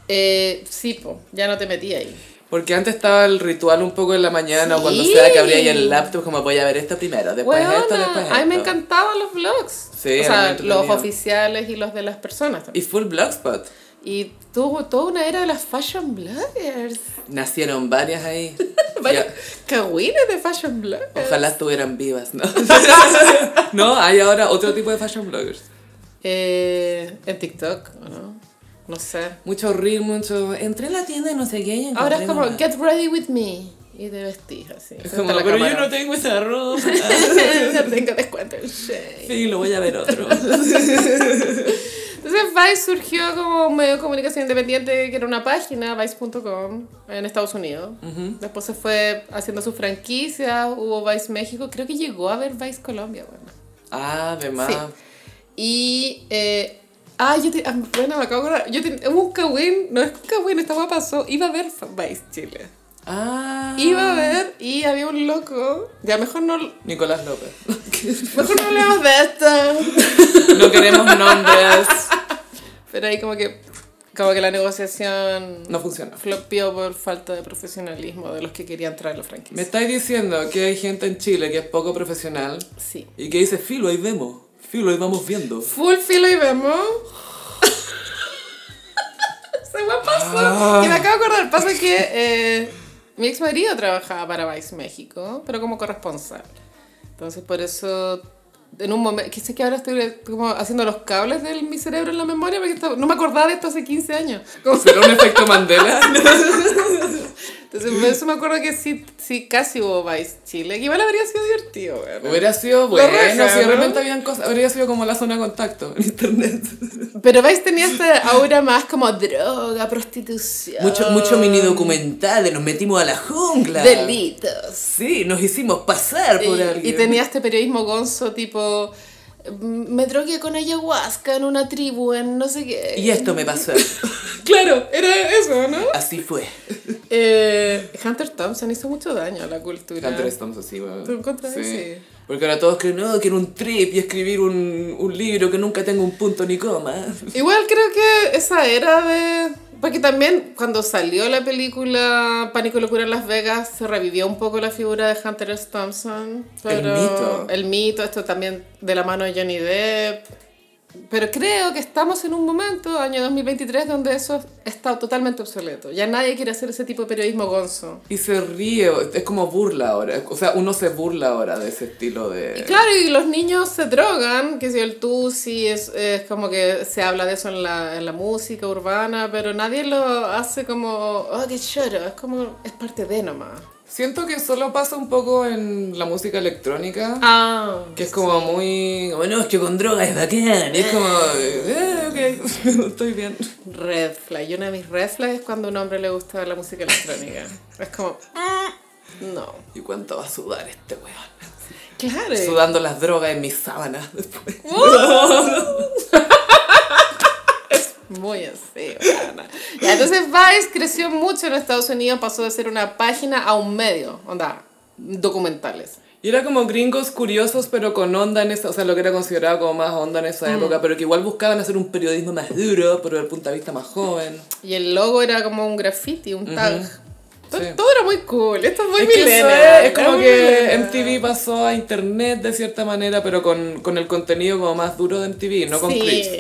Eh, sí, po, ya no te metí ahí. Porque antes estaba el ritual un poco en la mañana o cuando Sí. sea que abría ahí el laptop, como voy a ver esto primero, después esto, Weona, después esto. a mí me encantaban los blogs. Sí, o era muy sea, entretenido. los oficiales y los de las personas también. Y Full Blogspot. Y tuvo toda una era de las fashion bloggers. Nacieron varias ahí. Vaya, Ya, cagüines de fashion bloggers. ojalá estuvieran vivas, ¿no? no, hay ahora otro tipo de fashion bloggers. Eh, en TikTok, ¿o ¿no? No sé. Mucho reel, mucho... Entré en la tienda y no sé qué. y encontré Ahora es como, mamá. get ready with me. Y te vestís así. Es frente como, a la pero yo cámara. no tengo esa ropa. no tengo descuento. shit. Sí, lo voy a ver otro. Entonces Vice surgió como un medio de comunicación independiente que era una página, vice.com, en Estados Unidos. Después se fue haciendo sus franquicias, hubo Vice México, creo que llegó a haber Vice Colombia, bueno. Ah, además. Sí. Y. eh, ah, yo te. ah, Bueno, me acabo de acordar. Yo te, hubo un cagüín, no es un cagüín, esta hueá pasó. Iba a ver Vice Chile. Ah. Iba a ver y había un loco. Ya mejor no. Nicolás López. Mejor no hablemos de esto. No queremos nombres. Pero ahí como que. Como que la negociación. No funciona. Flopió por falta de profesionalismo de los que querían traer la franquicia. Me estáis diciendo que hay gente en Chile que es poco profesional Sí. y que dice, filo, ahí vemos. Filo, ahí vamos viendo. Full filo y vemos. Se me pasó. Ah. Y me acabo de acordar. Pasa que eh, mi ex marido trabajaba para Vice México, pero como corresponsal. Entonces, por eso. En un momento, que sé que ahora estoy como haciendo los cables de mi cerebro en la memoria porque estaba- no me acordaba de esto hace 15 años. Como- ¿Será un efecto Mandela? Entonces, por eso me acuerdo que sí, sí casi hubo Vice Chile, que igual habría sido divertido, weón. Hubiera sido bueno raja, si de ¿no? repente habían cosas. Habría sido como la zona de contacto en internet. Pero Vice tenía esta aura más como droga, prostitución. Ah. documentales, nos metimos a la jungla. Delitos. Sí, nos hicimos pasar Y, y tenía este periodismo gonzo tipo. "Mm, Me drogué con ayahuasca en una tribu, en no sé qué. esto me pasó. Claro, era eso, ¿no? Así fue. Eh, Hunter Thompson hizo mucho daño a la cultura. Hunter S. Thompson, sí, weón. ¿Tú encuentras? Sí. Porque ahora todos creen, no, quiero un trip y escribir un, un libro que nunca tenga un punto ni coma. Igual creo que esa era de... Porque también cuando salió la película Pánico y Locura en Las Vegas se revivió un poco la figura de Hunter S. Thompson. pero- mito. El mito, esto también de la mano de Johnny Depp. Pero creo que estamos en un momento, año 2023, donde eso está totalmente obsoleto. Ya nadie quiere hacer ese tipo de periodismo gonzo. Y se ríe, es como burla ahora. O sea, uno se burla ahora de ese estilo de... Y claro, y los niños se drogan, que si el tusi es, es como que se habla de eso en la, en la música urbana, pero nadie lo hace como, oh, qué choro, es como, es parte de nomás. Siento que solo pasa un poco en la música electrónica. Ah, Que es como muy... Bueno, es que con droga es bacán. Y es como... Eh, ok, estoy bien. red flag. Y una de mis red flags es cuando a un hombre le gusta la música electrónica. Es como, "Ah, no. ¿Y cuánto va a sudar este weón? Claro. Sudando las drogas en mis sábanas después. Muy así, bacana. Ya, entonces Vice creció mucho en Estados Unidos, pasó de ser una página a un medio, onda, documentales. Y era como gringos curiosos, pero con onda en esa, o sea, lo que era considerado como más onda en Mm. esa época, pero que igual buscaban hacer un periodismo más duro, pero desde el punto de vista más joven. Y el logo era como un graffiti, un tag. To- Sí. Todo era muy cool. Esto es muy es, que eso millennial. es, es Era como muy que millennial. MTV pasó a internet de cierta manera, pero con, con el contenido como más duro de MTV, no con sí. clips.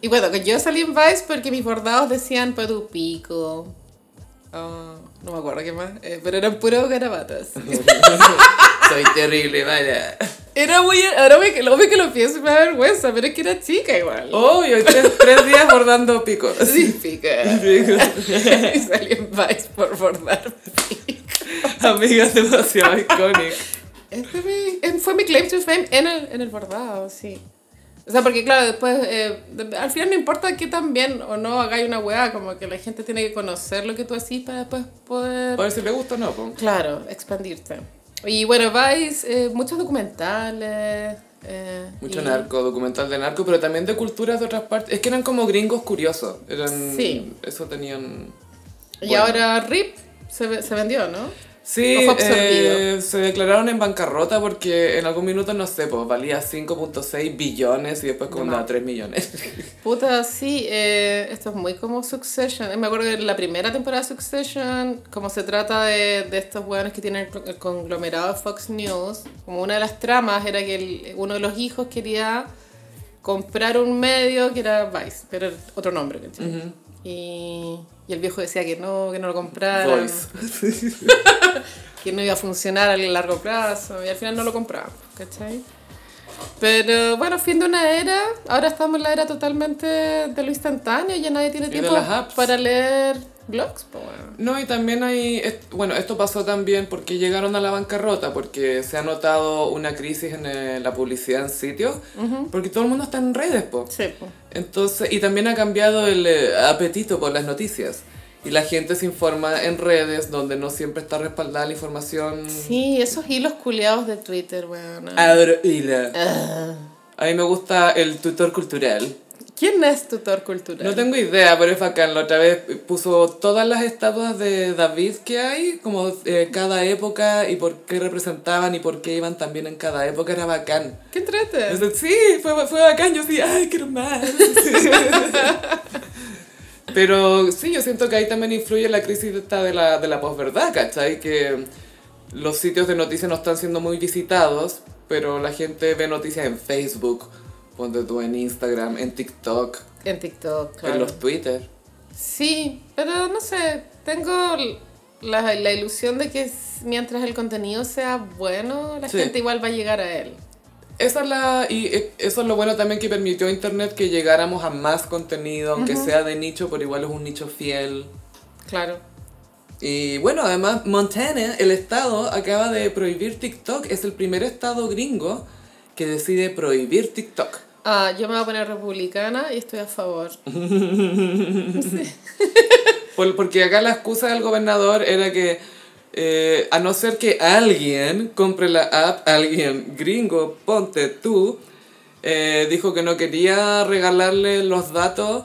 Y bueno, que yo salí en Vice porque mis bordados decían pa' tu pico. Ah, no me acuerdo qué más. eh, pero eran puros garabatas. Soy terrible, vaya. Era muy. Ahora me, lo que lo pienso me da vergüenza, pero es que era chica igual. Oh, y hoy tres, tres días bordando picos. Sí, pica. Picos. y salí en Vice por bordar pico. Amigas demasiado icónicas. Este es mi- eh, fue mi claim to fame en el, en el bordado, sí. O sea, porque claro, después, eh, de- al final no importa que tan bien o no hagáis una weá, como que la gente tiene que conocer lo que tú hacís para después poder... Para ver si le gusta o no, po. Claro, expandirte. Y bueno, vais eh, muchos documentales. eh, Mucho y- narco, documental de narco, pero también de culturas de otras partes. Es que eran como gringos curiosos. Eran, Sí. Eso tenían... Y Bueno. ahora RIP se, ve- se vendió, ¿no? Sí, ¿O fue absorbido? eh, se declararon en bancarrota porque en algún minuto, no sé, pues valía 5.6 billones y después como No. nada, 3 millones. Puta, sí, eh, esto es muy como Succession. Eh, Me acuerdo que la primera temporada de Succession, como se trata de, de estos hueones que tienen el cl- el conglomerado de Fox News, como una de las tramas era que el- uno de los hijos quería comprar un medio que era Vice, pero era otro nombre, ¿cachai? y, y el viejo decía que no, que no lo comprara. Voice. que no iba a funcionar a largo plazo y al final no lo compramos, ¿cachai? Pero bueno, fin de una era, ahora estamos en la era totalmente de lo instantáneo, ya nadie tiene de tiempo las apps. para leer blogs, po, weón. No, y también hay, est- bueno, esto pasó también porque llegaron a la bancarrota, porque se ha notado una crisis en eh, la publicidad en sitios, porque todo el mundo está en redes, po. Sí, po. Entonces, y también ha cambiado el eh, apetito por las noticias. Y la gente se informa en redes donde no siempre está respaldada la información. Sí, esos hilos culeados de Twitter, weón. Abro hilo. Ah. A mí me gusta el tutor cultural. ¿Quién es tutor cultural? No tengo idea, pero es bacán. La otra vez puso todas las estatuas de David que hay, como eh, cada época y por qué representaban y por qué iban también en cada época. Era bacán. ¿Qué entrete? Entonces, sí, fue, fue bacán. Yo sí, ay, quiero más. Pero sí, yo siento que ahí también influye la crisis esta de la, de la posverdad, ¿cachai? Que los sitios de noticias no están siendo muy visitados, pero la gente ve noticias en Facebook, ponte tú en Instagram, en TikTok, En TikTok, en claro. los Twitter. Sí, pero no sé, tengo l- la, la ilusión de que s- mientras el contenido sea bueno, la Sí. gente igual va a llegar a él. Esa es la, y eh, eso es lo bueno también que permitió Internet que llegáramos a más contenido, aunque sea de nicho, pero igual es un nicho fiel. Claro. Y bueno, además Montana, el estado, acaba de prohibir TikTok. Es el primer estado gringo que decide prohibir TikTok. Ah, yo me voy a poner republicana y estoy a favor. Por- porque acá la excusa del gobernador era que eh, a no ser que alguien compre la app, alguien gringo, ponte tú, eh, dijo que no quería regalarle los datos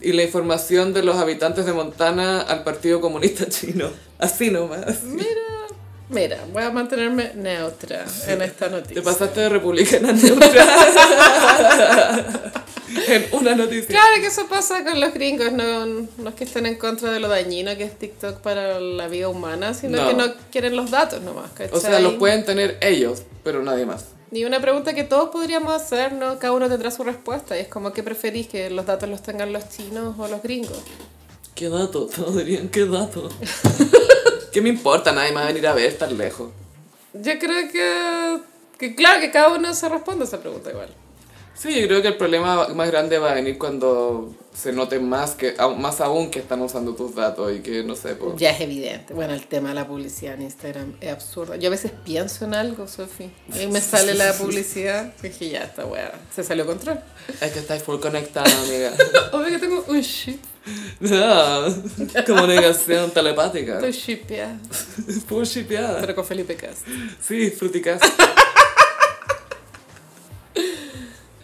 y la información de los habitantes de Montana al Partido Comunista Chino. Así nomás. Mira, mira, voy a mantenerme neutra en esta noticia. Te pasaste de republicana a neutra. en una noticia. Claro que eso pasa con los gringos, no, no es que estén en contra de lo dañino que es TikTok para la vida humana, sino No. que no quieren los datos nomás, ¿cachai? O sea, los pueden tener ellos, pero nadie más. Y una pregunta que todos podríamos hacer, ¿no? Cada uno tendrá su respuesta. Y es como, ¿qué preferís? ¿Que los datos los tengan los chinos o los gringos? ¿Qué dato? Todos dirían, ¿qué dato? ¿Qué me importa? Nadie más va a venir a ver tan lejos. Yo creo que... que claro, que cada uno se responde a esa pregunta igual. Sí, yo creo que el problema más grande va a venir cuando se note más, que, au- más aún que están usando tus datos y que no sé. po. Ya es evidente. Bueno, el tema de la publicidad en Instagram es absurdo. Yo a veces pienso en algo, Sofi. Y me sale la publicidad. y Dije, ya, esta weá. Se salió control. Es que estáis full conectada, amiga. Obvio que tengo un ship. no, comunicación telepática. Estoy shipeada. Full shipeada. Pero con Felipe Cast. Sí, fruticas.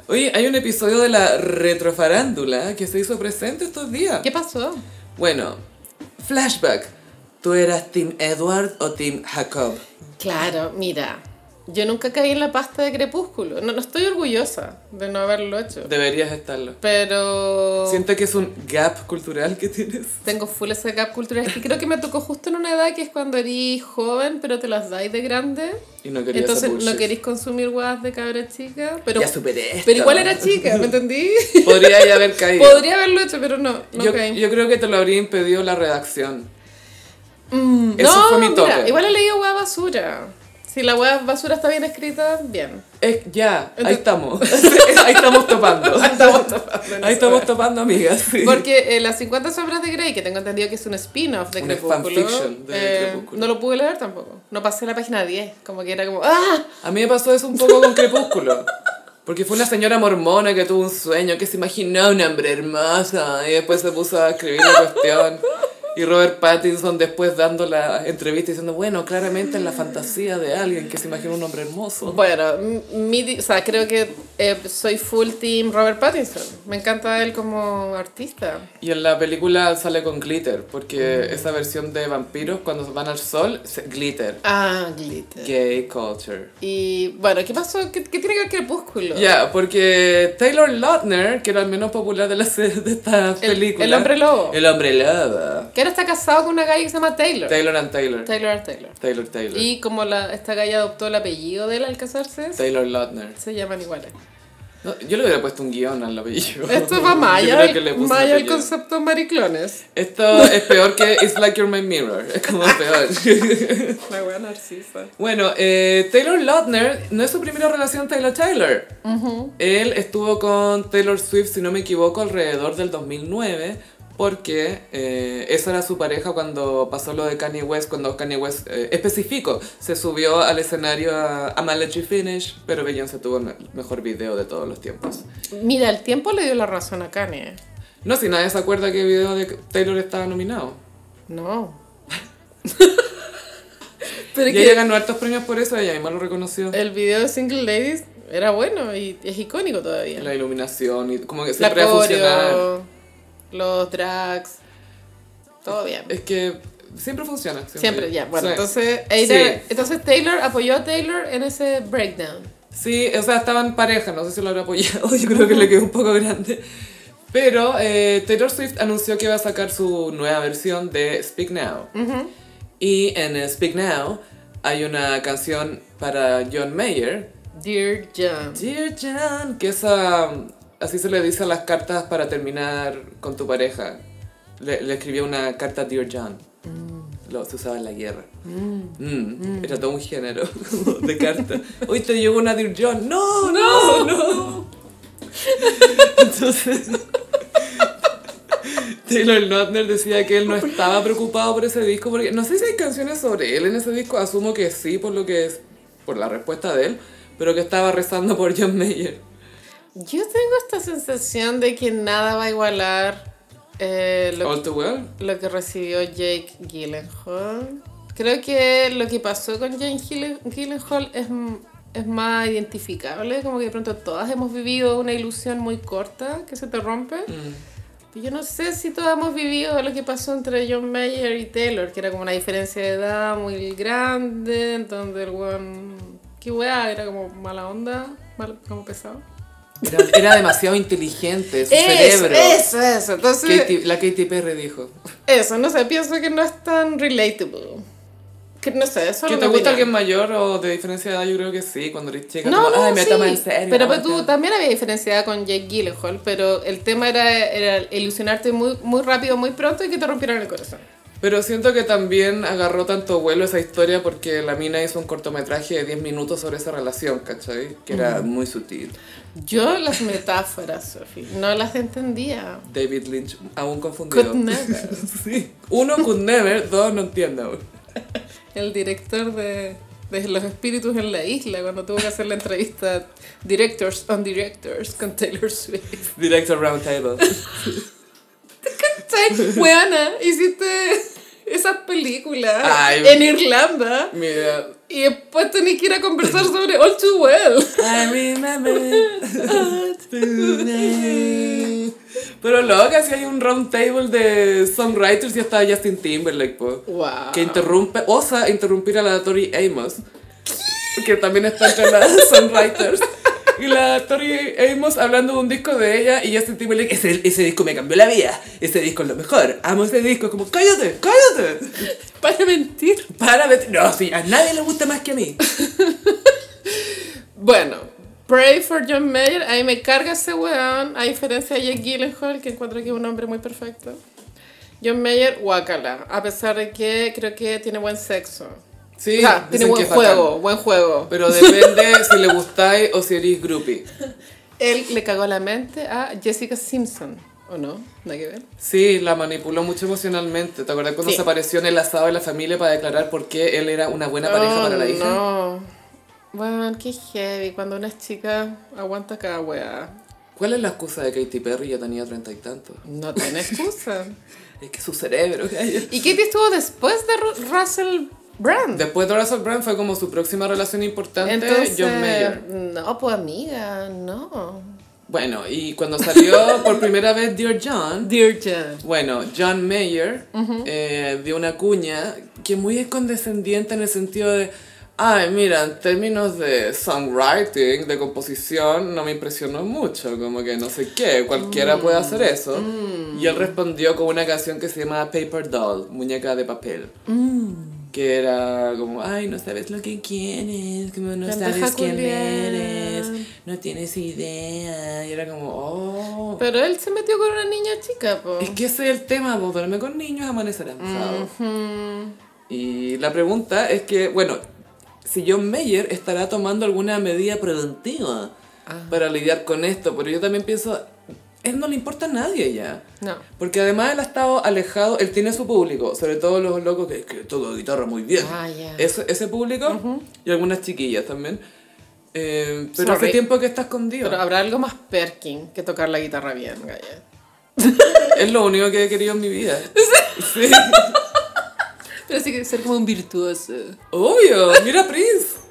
Oye, hay un episodio de la retrofarándula que se hizo presente estos días. ¿Qué pasó? Bueno, flashback. ¿Tú eras Team Edward o Team Jacob? Claro, mira, yo nunca caí en la pasta de crepúsculo. No, no estoy orgullosa de no haberlo hecho. Deberías estarlo. Pero Siento que es un gap cultural que tienes. tengo full ese gap cultural. Es que creo que me tocó justo en una edad que es cuando eres joven, pero te las dais de grande. Y no querías Entonces esa bullshit. no querís consumir guas de cabra chica. Pero, Ya superé esto. pero igual era chica, ¿me entendí? Podría ya haber caído. Podría haberlo hecho, pero no, no yo, caí. yo creo que te lo habría impedido la redacción. Mm, eso no, fue mi mira, tope. igual he leído guas basura. Si la guas basura está bien escrita, bien. Es- ya, ahí Entonces- estamos. ahí estamos topando. Ahí estamos topando en Ahí esa estamos topando, amigas. sí. Porque eh, las 50 sombras de Grey, que tengo entendido que es un spin-off de Un Crepúsculo, fanfiction de eh, Crepúsculo. no lo pude leer tampoco. No pasé la página 10, como que era como ¡ah! A mí me pasó eso un poco con Crepúsculo. Porque fue una señora mormona que tuvo un sueño, que se imaginó un hombre hermoso y después se puso a escribir la cuestión. Y Robert Pattinson después dando la entrevista diciendo, bueno, claramente es la fantasía de alguien que se imagina un hombre hermoso. Bueno, m- mi, di- o sea, creo que eh, soy full team Robert Pattinson. Me encanta él como artista. Y en la película sale con glitter, porque esa versión de vampiros cuando van al sol, se- glitter. Ah, glitter. Gay culture. Y bueno, ¿qué pasó? ¿Qué, qué tiene que ver Crepúsculo? Ya, porque Taylor Lautner, que era el menos popular de, la, se- de esta El- película. el hombre lobo. El hombre lobo. Que ahora está casado con una galla que se llama Taylor. Taylor and Taylor. Taylor R. Taylor. Taylor Taylor. Y como la, esta galla adoptó el apellido de él al casarse, Taylor Lautner. se llaman iguales. No, yo le hubiera puesto un guión al apellido. Esto va Yo Maya, eh, creo que le puse Maya el apellido. concepto mariclones. Esto es peor que It's Like You're My Mirror. Es como peor. La wea narcisa. Bueno, eh, Taylor Lautner no es su primera relación Taylor Taylor. Él estuvo con Taylor Swift, si no me equivoco, alrededor del 2009, porque eh, esa era su pareja cuando pasó lo de Kanye West, cuando Kanye West eh, especificó, se subió al escenario a, a Let You Finish, pero Beyoncé tuvo el me- mejor video de todos los tiempos. Mira, el tiempo le dio la razón a Kanye. No, si nadie se acuerda que video de Taylor estaba nominado. No. Pero Eh, Y ella ganó hartos premios por eso, ella misma lo reconoció. el video de Single Ladies era bueno y es icónico todavía. La iluminación y como que La siempre va a funcionar. coreo, los drags, todo bien. Es que siempre funciona. Siempre, ya. Bueno, Sí. entonces, Ada- entonces Taylor apoyó a Taylor en ese breakdown. Sí, o sea, estaban pareja, no sé si lo habrá apoyado, yo creo que le quedó un poco grande. Pero eh, Taylor Swift anunció que va a sacar su nueva versión de Speak Now. Y en eh, Speak Now hay una canción para John Mayer, Dear John. Dear John, que esa, así se le dice a las cartas para terminar con tu pareja. Le, le escribió una carta a Dear John. Lo, se usaba en la guerra. Mm, Era todo un género de carta. Hoy te llegó una Dear John. No, no, no. Entonces, Taylor Lautner decía que él no estaba preocupado por ese disco porque no sé si hay canciones sobre él en ese disco, asumo que sí por lo que es por la respuesta de él, pero que estaba rezando por John Mayer. Yo tengo esta sensación de que nada va a igualar eh, lo, All too well. lo que recibió Jake Gyllenhaal. Creo que lo que pasó con Jake Gyllen- Gyllenhaal es, m- es más identificable, como que de pronto todas hemos vivido una ilusión muy corta que se te rompe. Mm. Pues Yo no sé si todos hemos vivido lo que pasó entre John Mayer y Taylor, que era como una diferencia de edad muy grande, en donde el weón... ¿Qué weá? Era como mala onda, mal- como pesado. Era, era demasiado inteligente su Eso, cerebro. eso, eso. Entonces, Katy- la Katy Perry dijo. eso, no sé, pienso que no es tan relatable. Que no sé, eso ¿Que te gusta alguien mayor o de diferencia de edad? Yo creo que sí, cuando eres chica. No, como, no, Ay, me sí. toma en serio. Pero ¿no? pues, tú también había diferenciado con Jake Gyllenhaal, pero el tema era, era ilusionarte muy, muy rápido, muy pronto y que te rompieran el corazón. Pero siento que también agarró tanto vuelo esa historia porque la mina hizo un cortometraje de 10 minutos sobre esa relación, ¿cachai? Que era muy sutil. Yo las metáforas, Sophie, no las entendía. David Lynch, aún confundido. Could never. sí. Uno, could never. Dos, no entiendo aún. El director de, de Los Espíritus en la Isla, cuando tuvo que hacer la entrevista Directors on Directors con Taylor Swift. Director Roundtable. ¿Sabes? Weana, hiciste esas películas Ay. en Irlanda Mira. y después tenés que ir a conversar sobre All Too Well. I remember tonight. Pero loca, si hay un roundtable de songwriters y hasta Justin Timberlake, po. Wow. que interrumpe, osa interrumpir a la Tori Amos, que también está entre las songwriters. Y la Tori Amos hablando de un disco de ella y Justin Timberlake, ese, ese disco me cambió la vida, ese disco es lo mejor, amo ese disco, como cállate, cállate, Para mentir. para ver, no, sí, a nadie le gusta más que a mí. Bueno, Pray for John Mayer, ahí me carga ese weón, a diferencia de Jake Gyllenhaal, que encuentro que es un hombre muy perfecto. John Mayer, guacala, a pesar de que creo que tiene buen sexo. Sí, o sea, tiene dicen que buen es bacán. juego, buen juego. Pero depende si le gustáis o si eres groupie. Él le cagó la mente a Jessica Simpson, ¿o no? Nada que ver. Sí, la manipuló mucho emocionalmente. ¿Te acuerdas cuando Sí. se apareció en el asado de la familia para declarar por qué él era una buena pareja Oh, para la hija? No. Bueno, qué heavy cuando una chica aguanta cada weá. ¿Cuál es la excusa de Katy Perry? Ya tenía treinta y tantos. No tiene excusa. Es que su cerebro. gallo. ¿Y Katy estuvo después de Ru- Russell Brand? Después de Russell Brand fue como su próxima relación importante, John Mayer. no, pues amiga, no. Bueno, y cuando salió por primera vez Dear John, Dear John. Bueno, John Mayer eh, dio una cuña que muy es condescendiente en el sentido de, ay, mira, en términos de songwriting, de composición, no me impresionó mucho, como que no sé qué, cualquiera puede hacer eso. Y él respondió con una canción que se llama Paper Doll, muñeca de papel. Que era como, ay, no sabes lo que quieres, como no Pendeja sabes quién culiada. eres, no tienes idea. Y era como, oh. Pero él se metió con una niña chica, po. Es que ese es el tema, vos duerme con niños, amanecerán. Mm. ¿sabes? Ujú. Y la pregunta es que, bueno, si John Mayer estará tomando alguna medida preventiva Ah. para lidiar con esto, pero yo también pienso, él no le importa a nadie ya. No. Porque además él ha estado alejado, él tiene su público, sobre todo los locos que, que tocan guitarra muy bien. Ah, ya. Ese- ese público y algunas chiquillas también. Eh, pero hace Sorry. tiempo que está escondido. Pero ah. habrá algo más perkin que tocar la guitarra bien, gaya. Es lo único que he querido en mi vida. Sí. Pero sí que ser como un virtuoso. Obvio, mira a Prince.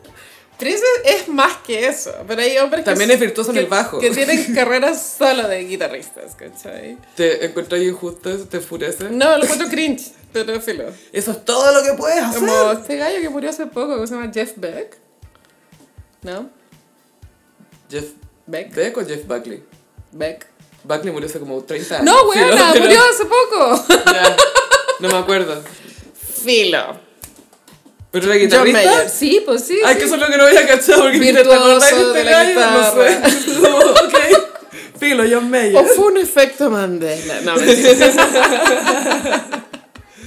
Prince es es más que eso, pero hay hombres que... También es virtuoso en que- el bajo. Que tienen carreras solo de guitarristas, ¿cachai? ¿Te encuentras injusto? ¿Te enfurece? No, lo encuentro cringe, pero filo. Eso es todo lo que puedes hacer. Como este gallo que murió hace poco, que se llama Jeff Beck. ¿No? Jeff Beck. Beck o Jeff Buckley. Beck. Buckley murió hace como 30 años. No, Sí, weona, pero- murió hace poco. Ya, no me acuerdo. Filo. Pero era John Mayer. guitarrista. Sí, pues sí. Ay, sí. que eso es lo que no había cachado porque dije, ¿te Virtuoso acordás de este de la gallo? No sé. Como, ok. Filo, John Mayer. O fue un efecto Mandela. No, mentira.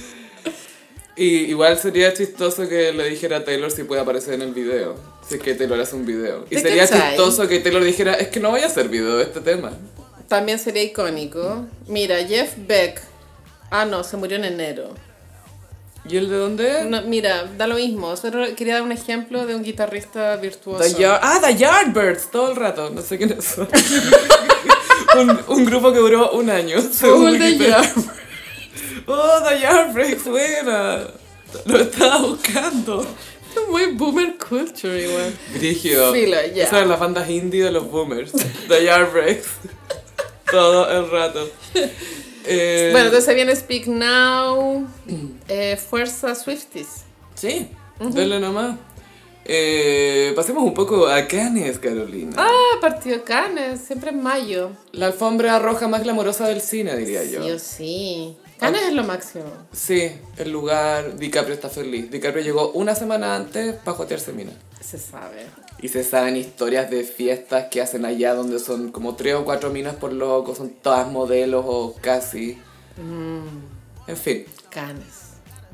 Y igual sería chistoso que le dijera a Taylor si puede aparecer en el video. Si es que Taylor hace un video. Y ¿Te sería cachai? chistoso que Taylor dijera, es que no voy a hacer video de este tema. También sería icónico. Mira, Jeff Beck. Ah, no, se murió en enero. ¿Y el de dónde es? No, mira, da lo mismo. Solo quería dar un ejemplo de un guitarrista virtuoso. The Yard- ah, The Yardbirds, todo el rato, no sé quiénes son. un, un grupo que duró un año. según Full The Wikipedia. Oh, The Yardbirds, buena. Lo estaba buscando. Muy boomer culture, igual. Brigio. Filo, ya. Esa es la banda indie de los boomers. The Yardbirds. todo el rato. Eh, Bueno, entonces viene Speak Now, eh, Fuerza Swifties. Sí, dale nomás. Eh, pasemos un poco a Canes, Carolina. Ah, partido Cannes, siempre en mayo. La alfombra roja más glamorosa del cine, diría Sí yo. o sí. Cannes es lo máximo. Sí, el lugar, DiCaprio está feliz. DiCaprio llegó una semana antes para jotearse mina. Se sabe. Y se saben historias de fiestas que hacen allá donde son como tres o cuatro minas por loco, son todas modelos o casi. Mm. En fin, Cannes.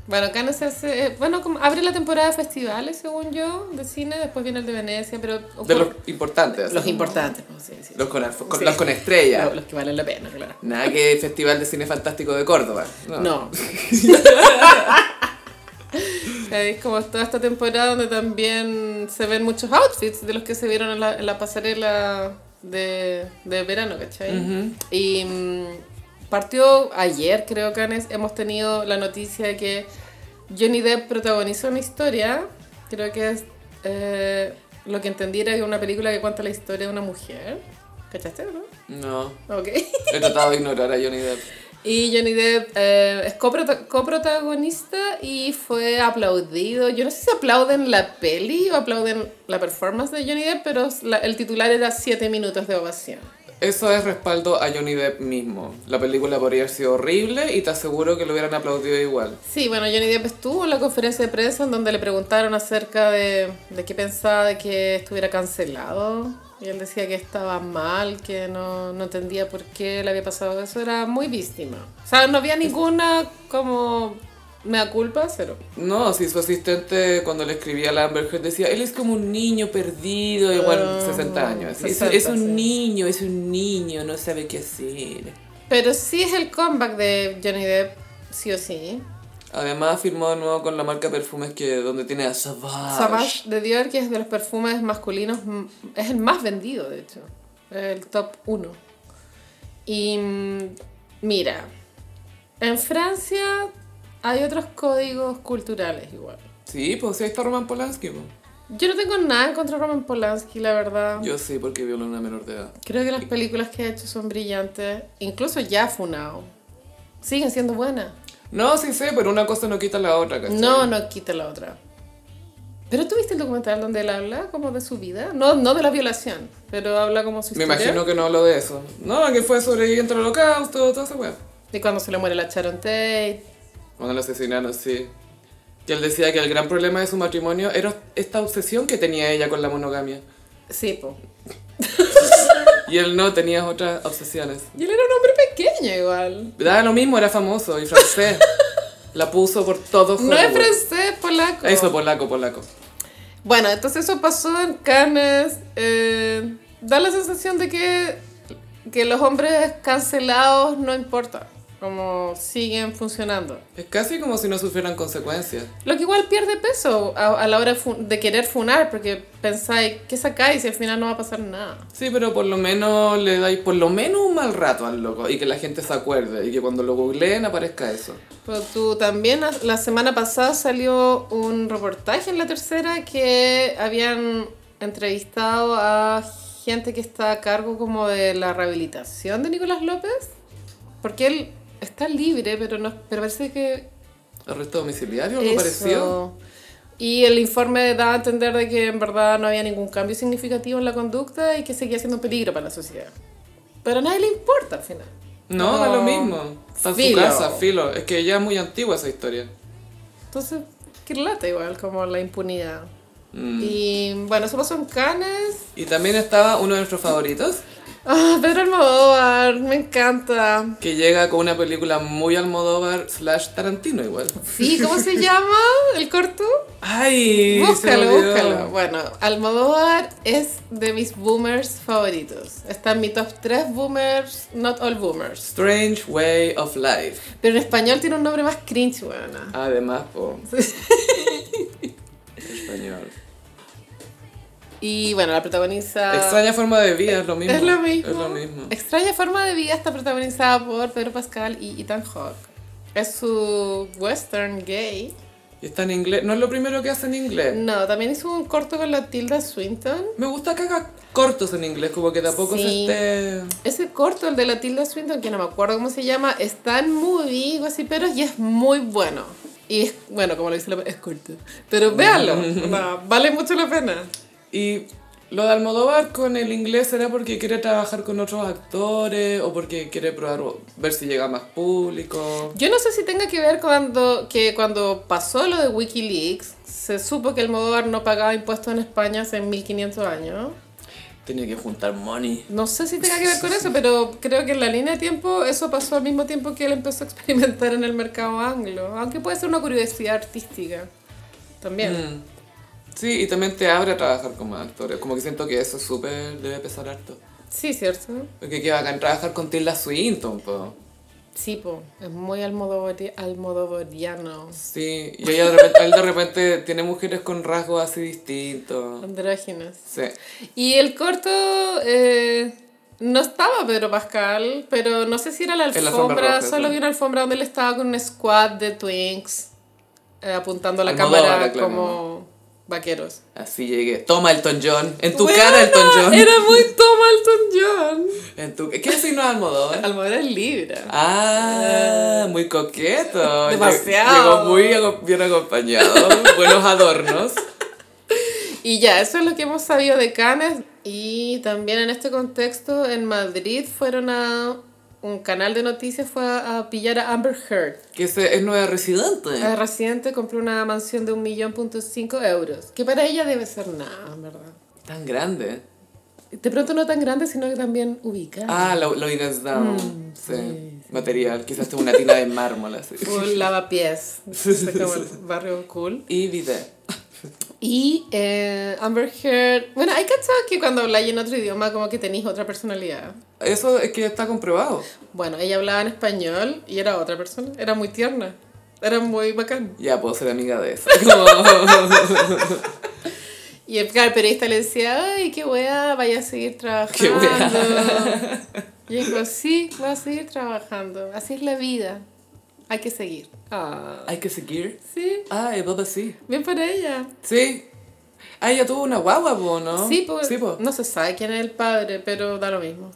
Bueno, Cannes se hace. eh, bueno, como abre la temporada de festivales, según yo, de cine. Después viene el de Venecia, pero. de los importantes. así los como- importantes, como se dice. Los con, alfo- con- Sí. los con estrella. Los- los que valen la pena, claro. Nada que el Festival de Cine Fantástico de Córdoba. No. No. Es como toda esta temporada donde también se ven muchos outfits de los que se vieron en la, en la pasarela de, de verano, ¿cachai? Y mm, partió ayer, creo, Canes, hemos tenido la noticia de que Johnny Depp protagonizó una historia, creo que es eh, lo que entendí era que una película que cuenta la historia de una mujer, ¿cachaste, no? No. Ok. He tratado de ignorar a Johnny Depp. Y Johnny Depp eh, es coprota- coprotagonista y fue aplaudido. Yo no sé si aplauden la peli o aplauden la performance de Johnny Depp, pero la- el titular era 7 minutos de ovación. Eso es respaldo a Johnny Depp mismo. La película podría haber sido horrible y te aseguro que lo hubieran aplaudido igual. Sí, bueno, Johnny Depp estuvo en la conferencia de prensa en donde le preguntaron acerca de, de qué pensaba de que estuviera cancelado. Y él decía que estaba mal, que no, no entendía por qué le había pasado eso. Era muy víctima. O sea, no había ninguna como mea culpa, cero. No, si su asistente cuando le escribía a la Amber Heard decía, él es como un niño perdido, igual Ah, 60 años. así. Es- 60, es, un sí. niño, es un niño, no sabe qué hacer. Pero sí es el comeback de Johnny Depp, sí o sí. Además firmó de nuevo con la marca Perfumes que donde tiene a Savage. Savage de Dior, que es de los perfumes masculinos, mm, es el más vendido, de hecho. El top 1. Y mm, mira, en Francia hay otros códigos culturales igual. Sí, pues sí, ahí está Roman Polanski. pues. po. Yo no tengo nada en contra de Roman Polanski, la verdad. Yo sí, porque violó a una menor de edad. Creo que las películas que ha hecho son brillantes. Incluso ya Funao. Siguen siendo buenas. No, sí sé, pero una cosa no quita la otra, ¿cachai? No, no quita la otra. Pero tú viste el documental donde él habla como de su vida. No, no de la violación, pero habla como su Me historia. imagino que no habló de eso. No, que fue sobreviviente al holocausto, toda esa weá. De cuando se le muere la Sharon Tate. Cuando lo asesinaron, sí. Que él decía que el gran problema de su matrimonio era esta obsesión que tenía ella con la monogamia. Sí, po. Y él no tenía otras obsesiones. Y él era un hombre pequeño igual. Daba lo mismo, era famoso y francés. La puso por todo No es Hollywood. francés, polaco. Eso, polaco, polaco. Bueno, entonces eso pasó en Cannes. eh, da la sensación de que, que los hombres cancelados no importa. Como siguen funcionando. Es casi como si no sufrieran consecuencias. Lo que igual pierde peso a, a la hora de fu- de querer funar, porque pensáis, ¿qué sacáis si al final no va a pasar nada? Sí, pero por lo menos le dais por lo menos un mal rato al loco y que la gente se acuerde y que cuando lo googleen aparezca eso. Pero tú también, la- la semana pasada salió un reportaje en la tercera que habían entrevistado a gente que está a cargo como de la rehabilitación de Nicolás López, porque él está libre, pero, no, pero parece que Arresto domiciliario, algo Eso. parecido. Y el informe da a entender de que en verdad no había ningún cambio significativo en la conducta y que seguía siendo un peligro para la sociedad. Pero a nadie le importa al final. No, da No. lo mismo. Está en su Filo. casa, filo. Es que ya es muy antigua esa historia. Entonces, que lata igual, como la impunidad. Mm. Y bueno, eso pasó en Cannes. Y también estaba uno de nuestros favoritos, Ah, Pedro Almodóvar, me encanta. que llega con una película muy Almodóvar slash Tarantino igual. Sí, ¿cómo se llama el corto? ¡Ay! se me búscalo, olvidó. búscalo. Bueno, Almodóvar es de mis boomers favoritos. Está en mi top 3 boomers, not all boomers. Strange Way of Life. Pero en español tiene un nombre más cringe, weona. Además, po. Español. Y bueno, la protagonista. Extraña forma de vida, es lo mismo. Es lo mismo. Es lo mismo. Extraña forma de vida está protagonizada por Pedro Pascal y Ethan Hawke. Es su western gay. Y está en inglés. No es lo primero que hace en inglés. No, también hizo un corto con la Tilda Swinton. Me gusta que haga cortos en inglés, como que tampoco se Sí. esté. Ese corto, el de la Tilda Swinton, que no me acuerdo cómo se llama, está en movie, gossiperos, y es muy bueno. Y es, bueno, como lo dice la es corto. Pero véanlo, onda, vale mucho la pena. Y lo de Almodóvar con el inglés será porque quiere trabajar con otros actores o porque quiere probar, o ver si llega a más público. Yo no sé si tenga que ver cuando, que cuando pasó lo de Wikileaks, se supo que el Almodóvar no pagaba impuestos en España hace 1500 años. Tiene que juntar money. No sé si tenga que ver con eso, pero creo que en la línea de tiempo eso pasó al mismo tiempo que él empezó a experimentar en el mercado anglo. Aunque puede ser una curiosidad artística también. Mm. Sí, y también te abre a trabajar con más actores. Como que siento que eso es súper debe pesar harto. Sí, ¿cierto? Porque qué bacán trabajar con Tilda Swinton, po. Sí, po. Es muy almodovari- almodovariano. Sí, y ella de repente, él de repente tiene mujeres con rasgos así distintos. Andrógenos. Sí. Y el corto eh, no estaba Pedro Pascal, pero no sé si era la En alfombra, la alfombra roja, solo sí. vi una alfombra donde él estaba con un squad de twinks eh, apuntando a la Almodóvar, cámara claro. como vaqueros. Así llegué. Toma Elton John. En tu Bueno, cara Elton John. Era muy Tom Elton En tu... ¿Qué signo es Almodóvar? John. Almodóvar es libra. Ah, muy coqueto. Demasiado. Llegó muy aco- bien acompañado. Buenos adornos. Y ya, eso es lo que hemos sabido de Cannes. Y también en este contexto, en Madrid fueron a... Un canal de noticias fue a, a pillar a Amber Heard. Que se- es nueva residente. La residente compró una mansión de un millón punto cinco euros, que para ella debe ser nada, en ¿verdad? Tan grande. De pronto no tan grande, sino que también ubicada. Ah, lo, lo irás down. sí. Material. Quizás tengo una tina de mármol así. Un lavapiés, Está como el barrio cool. Y vide. Y eh, Amber Heard, bueno, hay cachado que cuando habláis en otro idioma como que tenéis otra personalidad. Eso es que está comprobado. Bueno, ella hablaba en español y era otra persona, era muy tierna. Era muy bacán. Ya puedo ser amiga de esa. Como, Y el, claro, el periodista le decía, ay, qué weá, vaya a seguir trabajando. Qué weá. Y él dijo, sí, voy a seguir trabajando. Así es la vida. Hay que seguir. Ah. Hay que seguir. Sí, Ah, es Boba sí. bien para ella. Sí. Ah, ella tuvo una guagua, po, ¿no? Sí, pues, Sí, po. no se sabe quién es el padre, pero da lo mismo.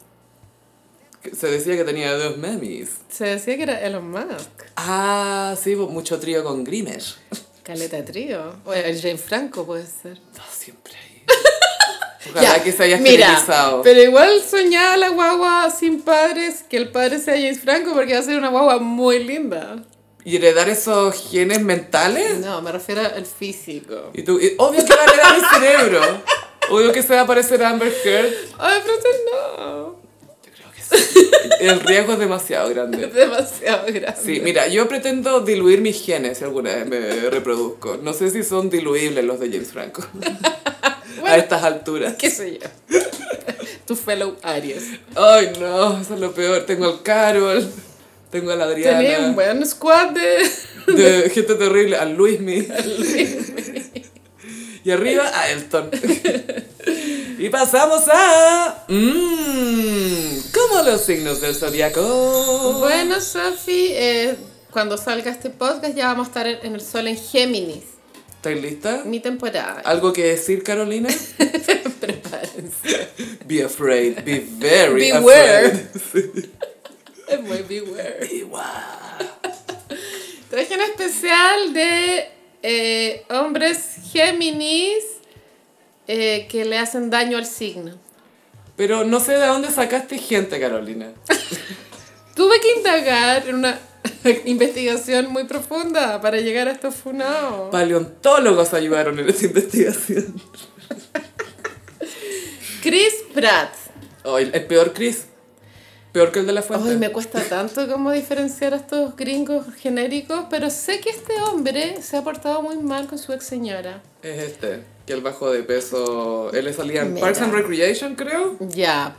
Que Se decía que tenía dos mamis. Se decía que era Elon Musk. Ah, sí, po, mucho trío con Grimer. Caleta Trío. O el Jane Franco puede ser. No, siempre ahí. Ojalá Ya, que se haya mira, esterilizado. Pero igual soñaba la guagua sin padres, que el padre sea James Franco, porque va a ser una guagua muy linda. ¿Y heredar esos genes mentales? No, me refiero al físico. Y tú, y obvio que va a heredar mi cerebro. Obvio que se va a parecer a Amber Heard. Ay, Frances, no. Yo creo que sí. El riesgo es demasiado grande. Es demasiado grande. Sí, mira, yo pretendo diluir mis genes si alguna vez me reproduzco. No sé si son diluibles los de James Franco. A estas alturas. ¿Qué sé yo? tu fellow Aries. Ay, no, eso es lo peor. Tengo al Carol, tengo a la Adriana. Tenía un buen squad de... de gente terrible, al Luismi. Y arriba a Elton. Y pasamos a... Mmm, ¿Cómo los signos del zodiaco? Bueno, Sofi, eh, cuando salga este podcast ya vamos a estar en en el sol en Géminis. ¿Estás lista? Mi temporada. ¿Algo que decir, Carolina? Prepárense. Be afraid, be very Beware. afraid. Es muy beware. Igual. Traje un especial de eh, hombres Géminis eh, que le hacen daño al signo. Pero no sé de dónde sacaste gente, Carolina. Tuve que indagar en una investigación muy profunda para llegar a estos funados. Paleontólogos ayudaron en esta investigación. Chris Pratt. Oh, el el peor Chris. Peor que el de la fuente. Ay, me cuesta tanto como diferenciar a estos gringos genéricos, pero sé que este hombre se ha portado muy mal con su ex señora. Es este, que el bajo de peso. Él le salía en Mira. Parks and Recreation, creo. Ya.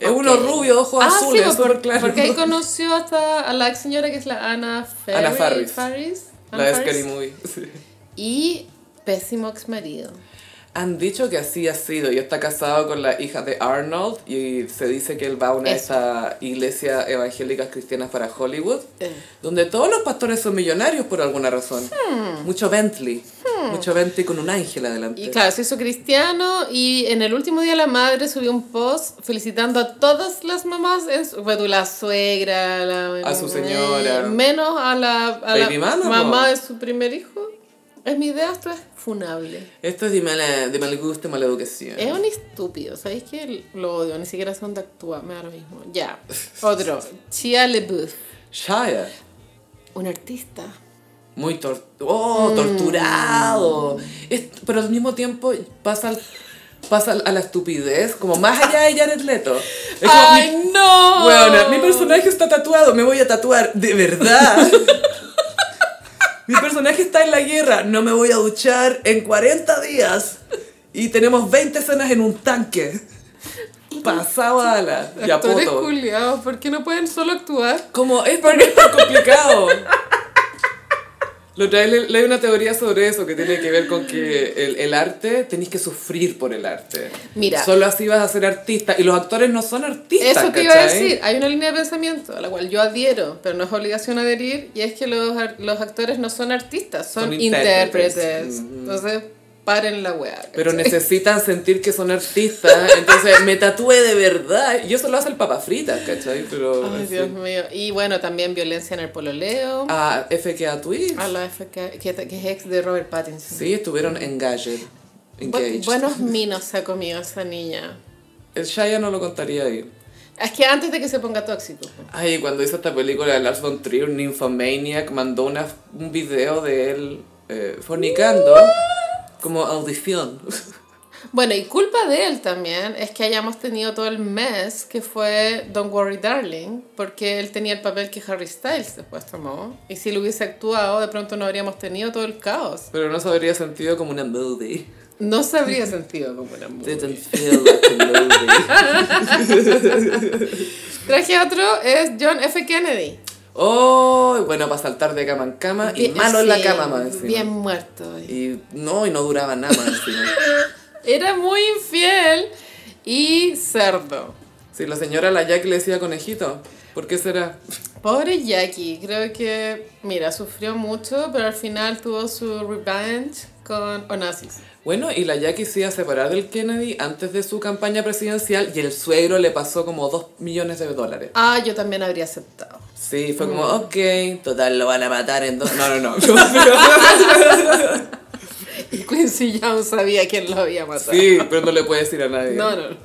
Es uno rubio, ojos Ah, sí, azules, pues, súper por- claro. porque ahí conoció hasta a la ex señora que es la Ana Ferris. Ana Farris. Ana La de Farris. Scary Movie. sí. Y pésimo ex marido. Han dicho que así ha sido y está casado con la hija de Arnold y se dice que él va a una de Eso. esas iglesias evangélicas cristianas para Hollywood, donde todos los pastores son millonarios por alguna razón. Mucho Bentley, mucho Bentley con un ángel adelante. Hmm. Y claro, se hizo cristiano y en el último día de la madre subió un post felicitando a todas las mamás, en su, bueno, la suegra, la- A su señora. menos a la, a la Baby mama, po. mamá de su primer hijo. Es mi idea, esto es funable. Esto es de, mala- de mal gusto, mala educación. Es un estúpido, ¿sabéis que lo odio? Ni siquiera sé dónde actúa, me da lo mismo. Ya, otro, Chia LeBeouf, Shia. un artista. Muy tor- Mm. oh, torturado. Es- pero al mismo tiempo pasa, al- pasa al- a la estupidez, como más allá de Jared Leto. Es como, ¡Ay, mi, no! Weona, mi personaje está tatuado, me voy a tatuar, de verdad. mi personaje está en la guerra, no me voy a duchar en 40 días. Y tenemos 20 escenas en un tanque. Pasado a la Actores Yapoto. culiados, ¿por qué no pueden solo actuar? Como, es no es tan complicado. Lo otra vez le- leí una teoría sobre eso que tiene que ver con que el, el arte, tenéis que sufrir por el arte. Mira. Solo así vas a ser artista. Y los actores no son artistas. Eso te iba a ¿cachai? decir, hay una línea de pensamiento a la cual yo adhiero, pero no es obligación adherir, y es que los, ar- los actores no son artistas, son, Son intérpretes. Mm. intérpretes. Entonces, paren la weá. ¿cachai? Pero necesitan sentir que son artistas. Entonces, me tatué de verdad. Y eso lo hace el papa frita, ¿cachai? Pero. Ay, así. Dios mío. Y bueno, también violencia en el pololeo, Ah, FKA Twitch. a la FK, que, que es ex de Robert Pattinson. Sí, estuvieron engaged. Bu- Engaged. buenos minos se ha comido esa niña. El Shia no lo contaría ahí. Es que antes de que se ponga tóxico. pues. Ay, cuando hizo esta película de Lars von Trier, Nymphomaniac, mandó una, un video de él eh, fornicando como audición. Bueno, y culpa de él también es que hayamos tenido todo el mes que fue Don't Worry Darling, porque él tenía el papel que Harry Styles después tomó. Y si lo hubiese actuado, de pronto no habríamos tenido todo el caos. Pero no se habría sentido como una movie. No se habría sentido como una mujer. Didn't feel like a movie. Traje otro, es John F. Kennedy. Oh, bueno, para saltar de cama en cama. Y Bien, malo en la sí, cama más encima. Bien muerto. Y no, y no duraba nada más encima. Era muy infiel y cerdo. Sí, la señora la Jack le decía conejito. ¿Por qué será? Pobre Jackie, creo que, mira, sufrió mucho, pero al final tuvo su revenge con Onassis. Bueno, y la Jackie se iba a separar del Kennedy antes de su campaña presidencial y el suegro le pasó como 2 millones de dólares. Ah, yo también habría aceptado. Sí, fue como, ok, total, lo van a matar entonces. No, no, no. Pero- Y Quincy Jones Pues sabía quién lo había matado. sí, pero no le puede decir a nadie. No, no, no.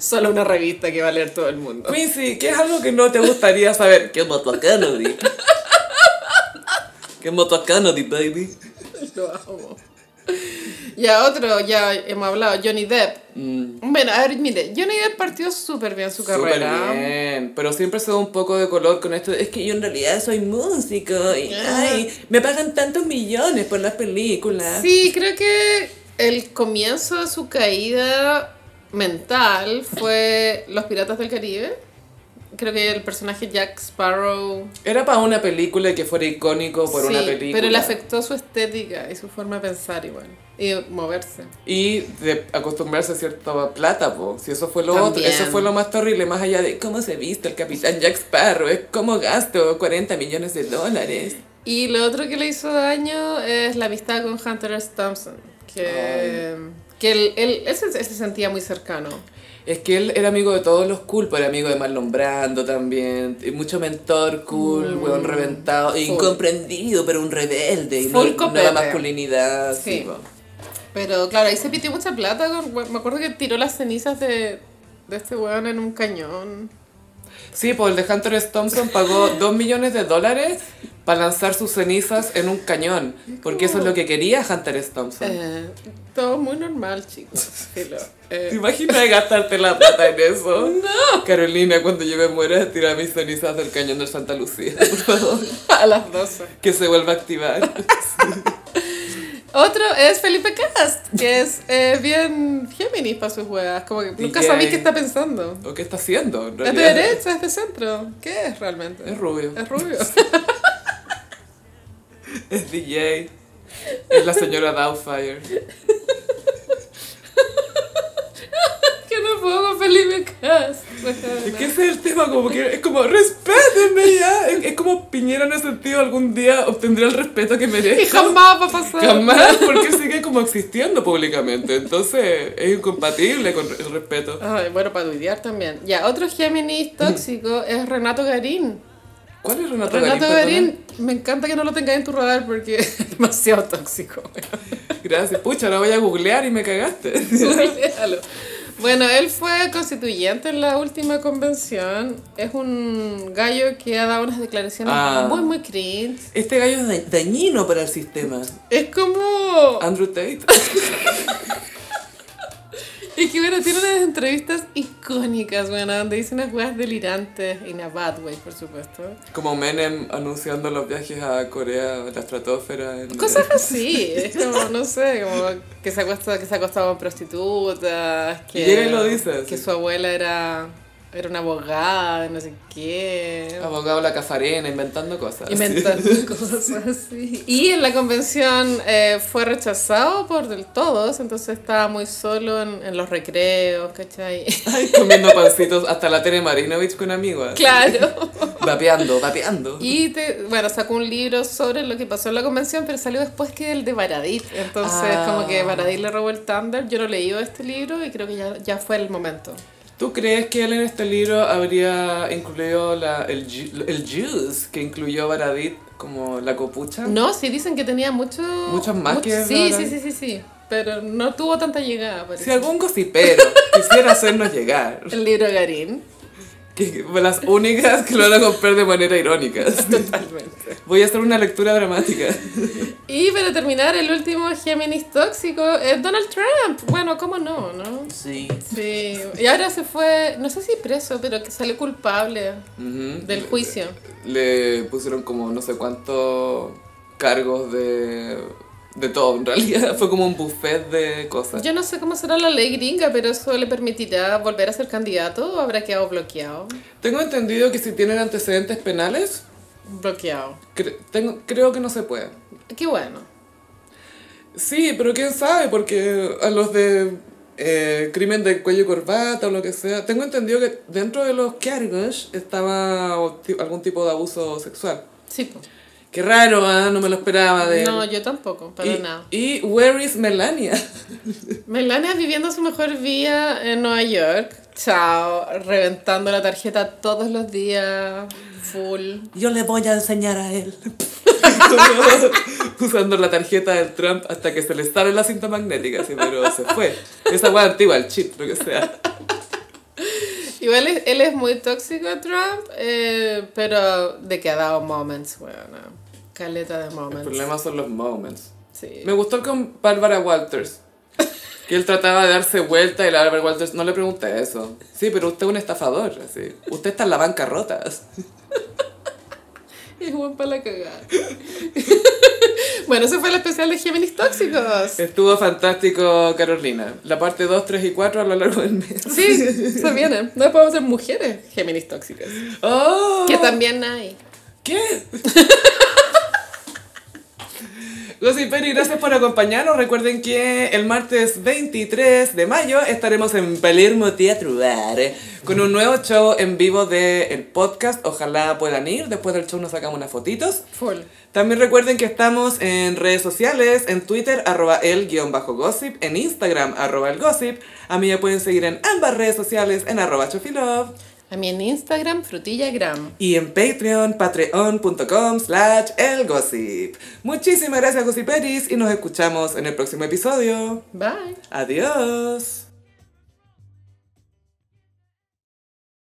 Solo una revista que va a leer todo el mundo. Quincy, ¿qué es algo que no te gustaría saber? ¿Qué mató a Kennedy? ¿Qué mató a Kennedy, baby? Pues Lo amo. Ya otro, ya hemos hablado, Johnny Depp. Bueno, a ver, mire, Johnny Depp partió súper bien su Mm, Súper carrera. bien, pero siempre se da un poco de color con esto. de, Es que yo en realidad soy músico y Ah. ay, me pagan tantos millones por las películas. Sí, creo que el comienzo de su caída mental fue Los Piratas del Caribe. Creo que el personaje Jack Sparrow. Era para una película que fuera icónico por Sí, una película. Pero le afectó su estética y su forma de pensar igual. Y moverse. Y de acostumbrarse a cierta plata, po. Si eso fue lo También. otro, eso fue lo más terrible, más allá de cómo se viste el Capitán Jack Sparrow, es cómo gasto 40 millones de dólares. Y lo otro que le hizo daño es la amistad con Hunter S. Thompson. Que, que él, él- él se, él se sentía muy cercano. Es que él era amigo de todos los cool, pero era amigo de Marlon Brando también, y mucho mentor cool, weón reventado, e Mm. full. incomprendido, pero un rebelde, y no, Full no copete. la masculinidad. Sí. sí, po. Pero claro, ahí se pitió mucha plata. con- bueno, me acuerdo que tiró las cenizas de, de este weón en un cañón. Sí, pues el de Hunter S. Thompson pagó 2 millones de dólares para lanzar sus cenizas en un cañón, porque eso es lo que quería Hunter S. Thompson. Eh, todo muy normal, chicos. Filo. ¿Te Eh, imaginas gastarte la plata en eso? No. Carolina, cuando yo me muera, tira mis cenizas del cañón de Santa Lucía, por favor. a las 12. Que se vuelva a activar. Otro es Felipe Cast, que es eh, bien Géminis para sus weas. Como que nunca DJ. sabéis qué está pensando. ¿O qué está haciendo? en ¿Es de realidad? derecha? ¿Es de centro? ¿Qué es realmente? Es rubio. Es rubio. Es DJ. Es la señora Doubtfire. que no puedo con Felipe Cast. Es que ese es el tema, como que es como, respétenme ya. Es, es como Piñera en el sentido, algún día obtendrá el respeto que Y merece. jamás va a pasar. Jamás, porque sigue como existiendo públicamente. Entonces es incompatible con el respeto. Ay, bueno, para tuitear también. Ya, otro Géminis tóxico es Renato Garín. ¿Cuál es Renato, Garín, Renato perdona? Garín, me encanta que no lo tengáis en tu radar porque es demasiado tóxico. Gracias. Pucha, ahora voy a googlear y me cagaste. Googlealo. bueno, él fue constituyente en la última convención. Es un gallo que ha dado unas declaraciones Ah. muy, muy cringe. Este gallo es da- dañino para el sistema. Es como... Andrew Tate. Es que bueno, tiene unas entrevistas icónicas, bueno, donde dice unas weas delirantes, in a bad way, por supuesto. Como Menem anunciando los viajes a Corea, la estratosfera. en- Cosas así, es como, no sé, como que se, acuesta, que se acostaba con prostitutas, que, Llega y lo dice, que sí. su abuela era, era una abogada, no sé qué. Abogado La Cafarena, inventando cosas. Inventando cosas así. Y en la convención eh, fue rechazado por del todos, entonces estaba muy solo en, en los recreos, ¿cachai? Ay, comiendo pancitos hasta la Tere Marinovich con amigos. claro. Vapeando, vapeando. Y te- bueno, sacó un libro sobre lo que pasó en la convención, pero salió después que el de Baradit. Entonces, Ah. como que Baradit le robó el Thunder. Yo no he leído este libro y creo que ya, ya fue el momento. ¿Tú crees que él en este libro habría incluido la, el, ju- el juice que incluyó Baradit como la copucha? No, sí, dicen que tenía mucho. Muchas Ah. más mucho- que Sí, sí, Baradit. sí, sí, sí. Pero no tuvo tanta llegada. parece. Si algún gocipero quisiera hacernos llegar, El libro de Garín. que las únicas que lo van a comprar de manera irónica. Totalmente. Voy a hacer una lectura dramática. Y para terminar, el último Géminis tóxico es Donald Trump. Bueno, ¿cómo no, no? Sí. Sí. Y ahora se fue, no sé si preso, pero que salió culpable del juicio. Le pusieron como no sé cuántos cargos de, de todo, en realidad. Fue como un buffet de cosas. Yo no sé cómo será la ley gringa, pero eso le permitirá volver a ser candidato o habrá quedado bloqueado. Tengo entendido que si tienen antecedentes penales, bloqueado. Cre- tengo- creo que no se puede. Qué bueno. Sí, pero quién sabe, porque a los de eh, crimen de cuello y corbata o lo que sea, tengo entendido que dentro de los cargos estaba o ti- algún tipo de abuso sexual. Sí, po. Qué raro, ¿ah? no me lo esperaba de él. No, yo tampoco, para y, nada. y Where is Melania? Melania viviendo su mejor vida en Nueva York. Chao, reventando la tarjeta todos los días, full. Yo le voy a enseñar a él. Usando la tarjeta del Trump hasta que se le sale la cinta magnética, sí, pero se fue. Esa hueá antigua, el chip, lo que sea. Igual es- él es muy tóxico, Trump, eh, pero de que ha dado moments, bueno, caleta de El moments. problema son los moments. Sí. Me gustó el con Bárbara Walters. Que él trataba de darse vuelta y la Bárbara Walters no le pregunté eso. Sí, pero usted es un estafador, así. Usted está en la bancarrota. Es buen para la cagada. bueno, ese fue el especial de Géminis Tóxicos. Estuvo fantástico, Carolina. La parte 2, 3 y 4 a lo largo del mes. Sí, se viene. No podemos ser mujeres Géminis Tóxicas. ¡Oh! Que también hay. ¿Qué? Gossip Peri, gracias por acompañarnos. Recuerden que el martes 23 de mayo estaremos en Palermo Teatro Bar eh, con un nuevo show en vivo del podcast. Ojalá puedan ir. Después del show nos sacamos unas fotitos. Full. También recuerden que estamos en redes sociales, en Twitter, arroba el-gossip, en Instagram, arroba el gossip. A mí me pueden seguir en ambas redes sociales, en arroba chofilove. A mí en Instagram, frutillagram. Y en Patreon, patreon.com slash elgossip. Muchísimas gracias, Gossiperis, y nos escuchamos en el próximo episodio. Bye. Adiós.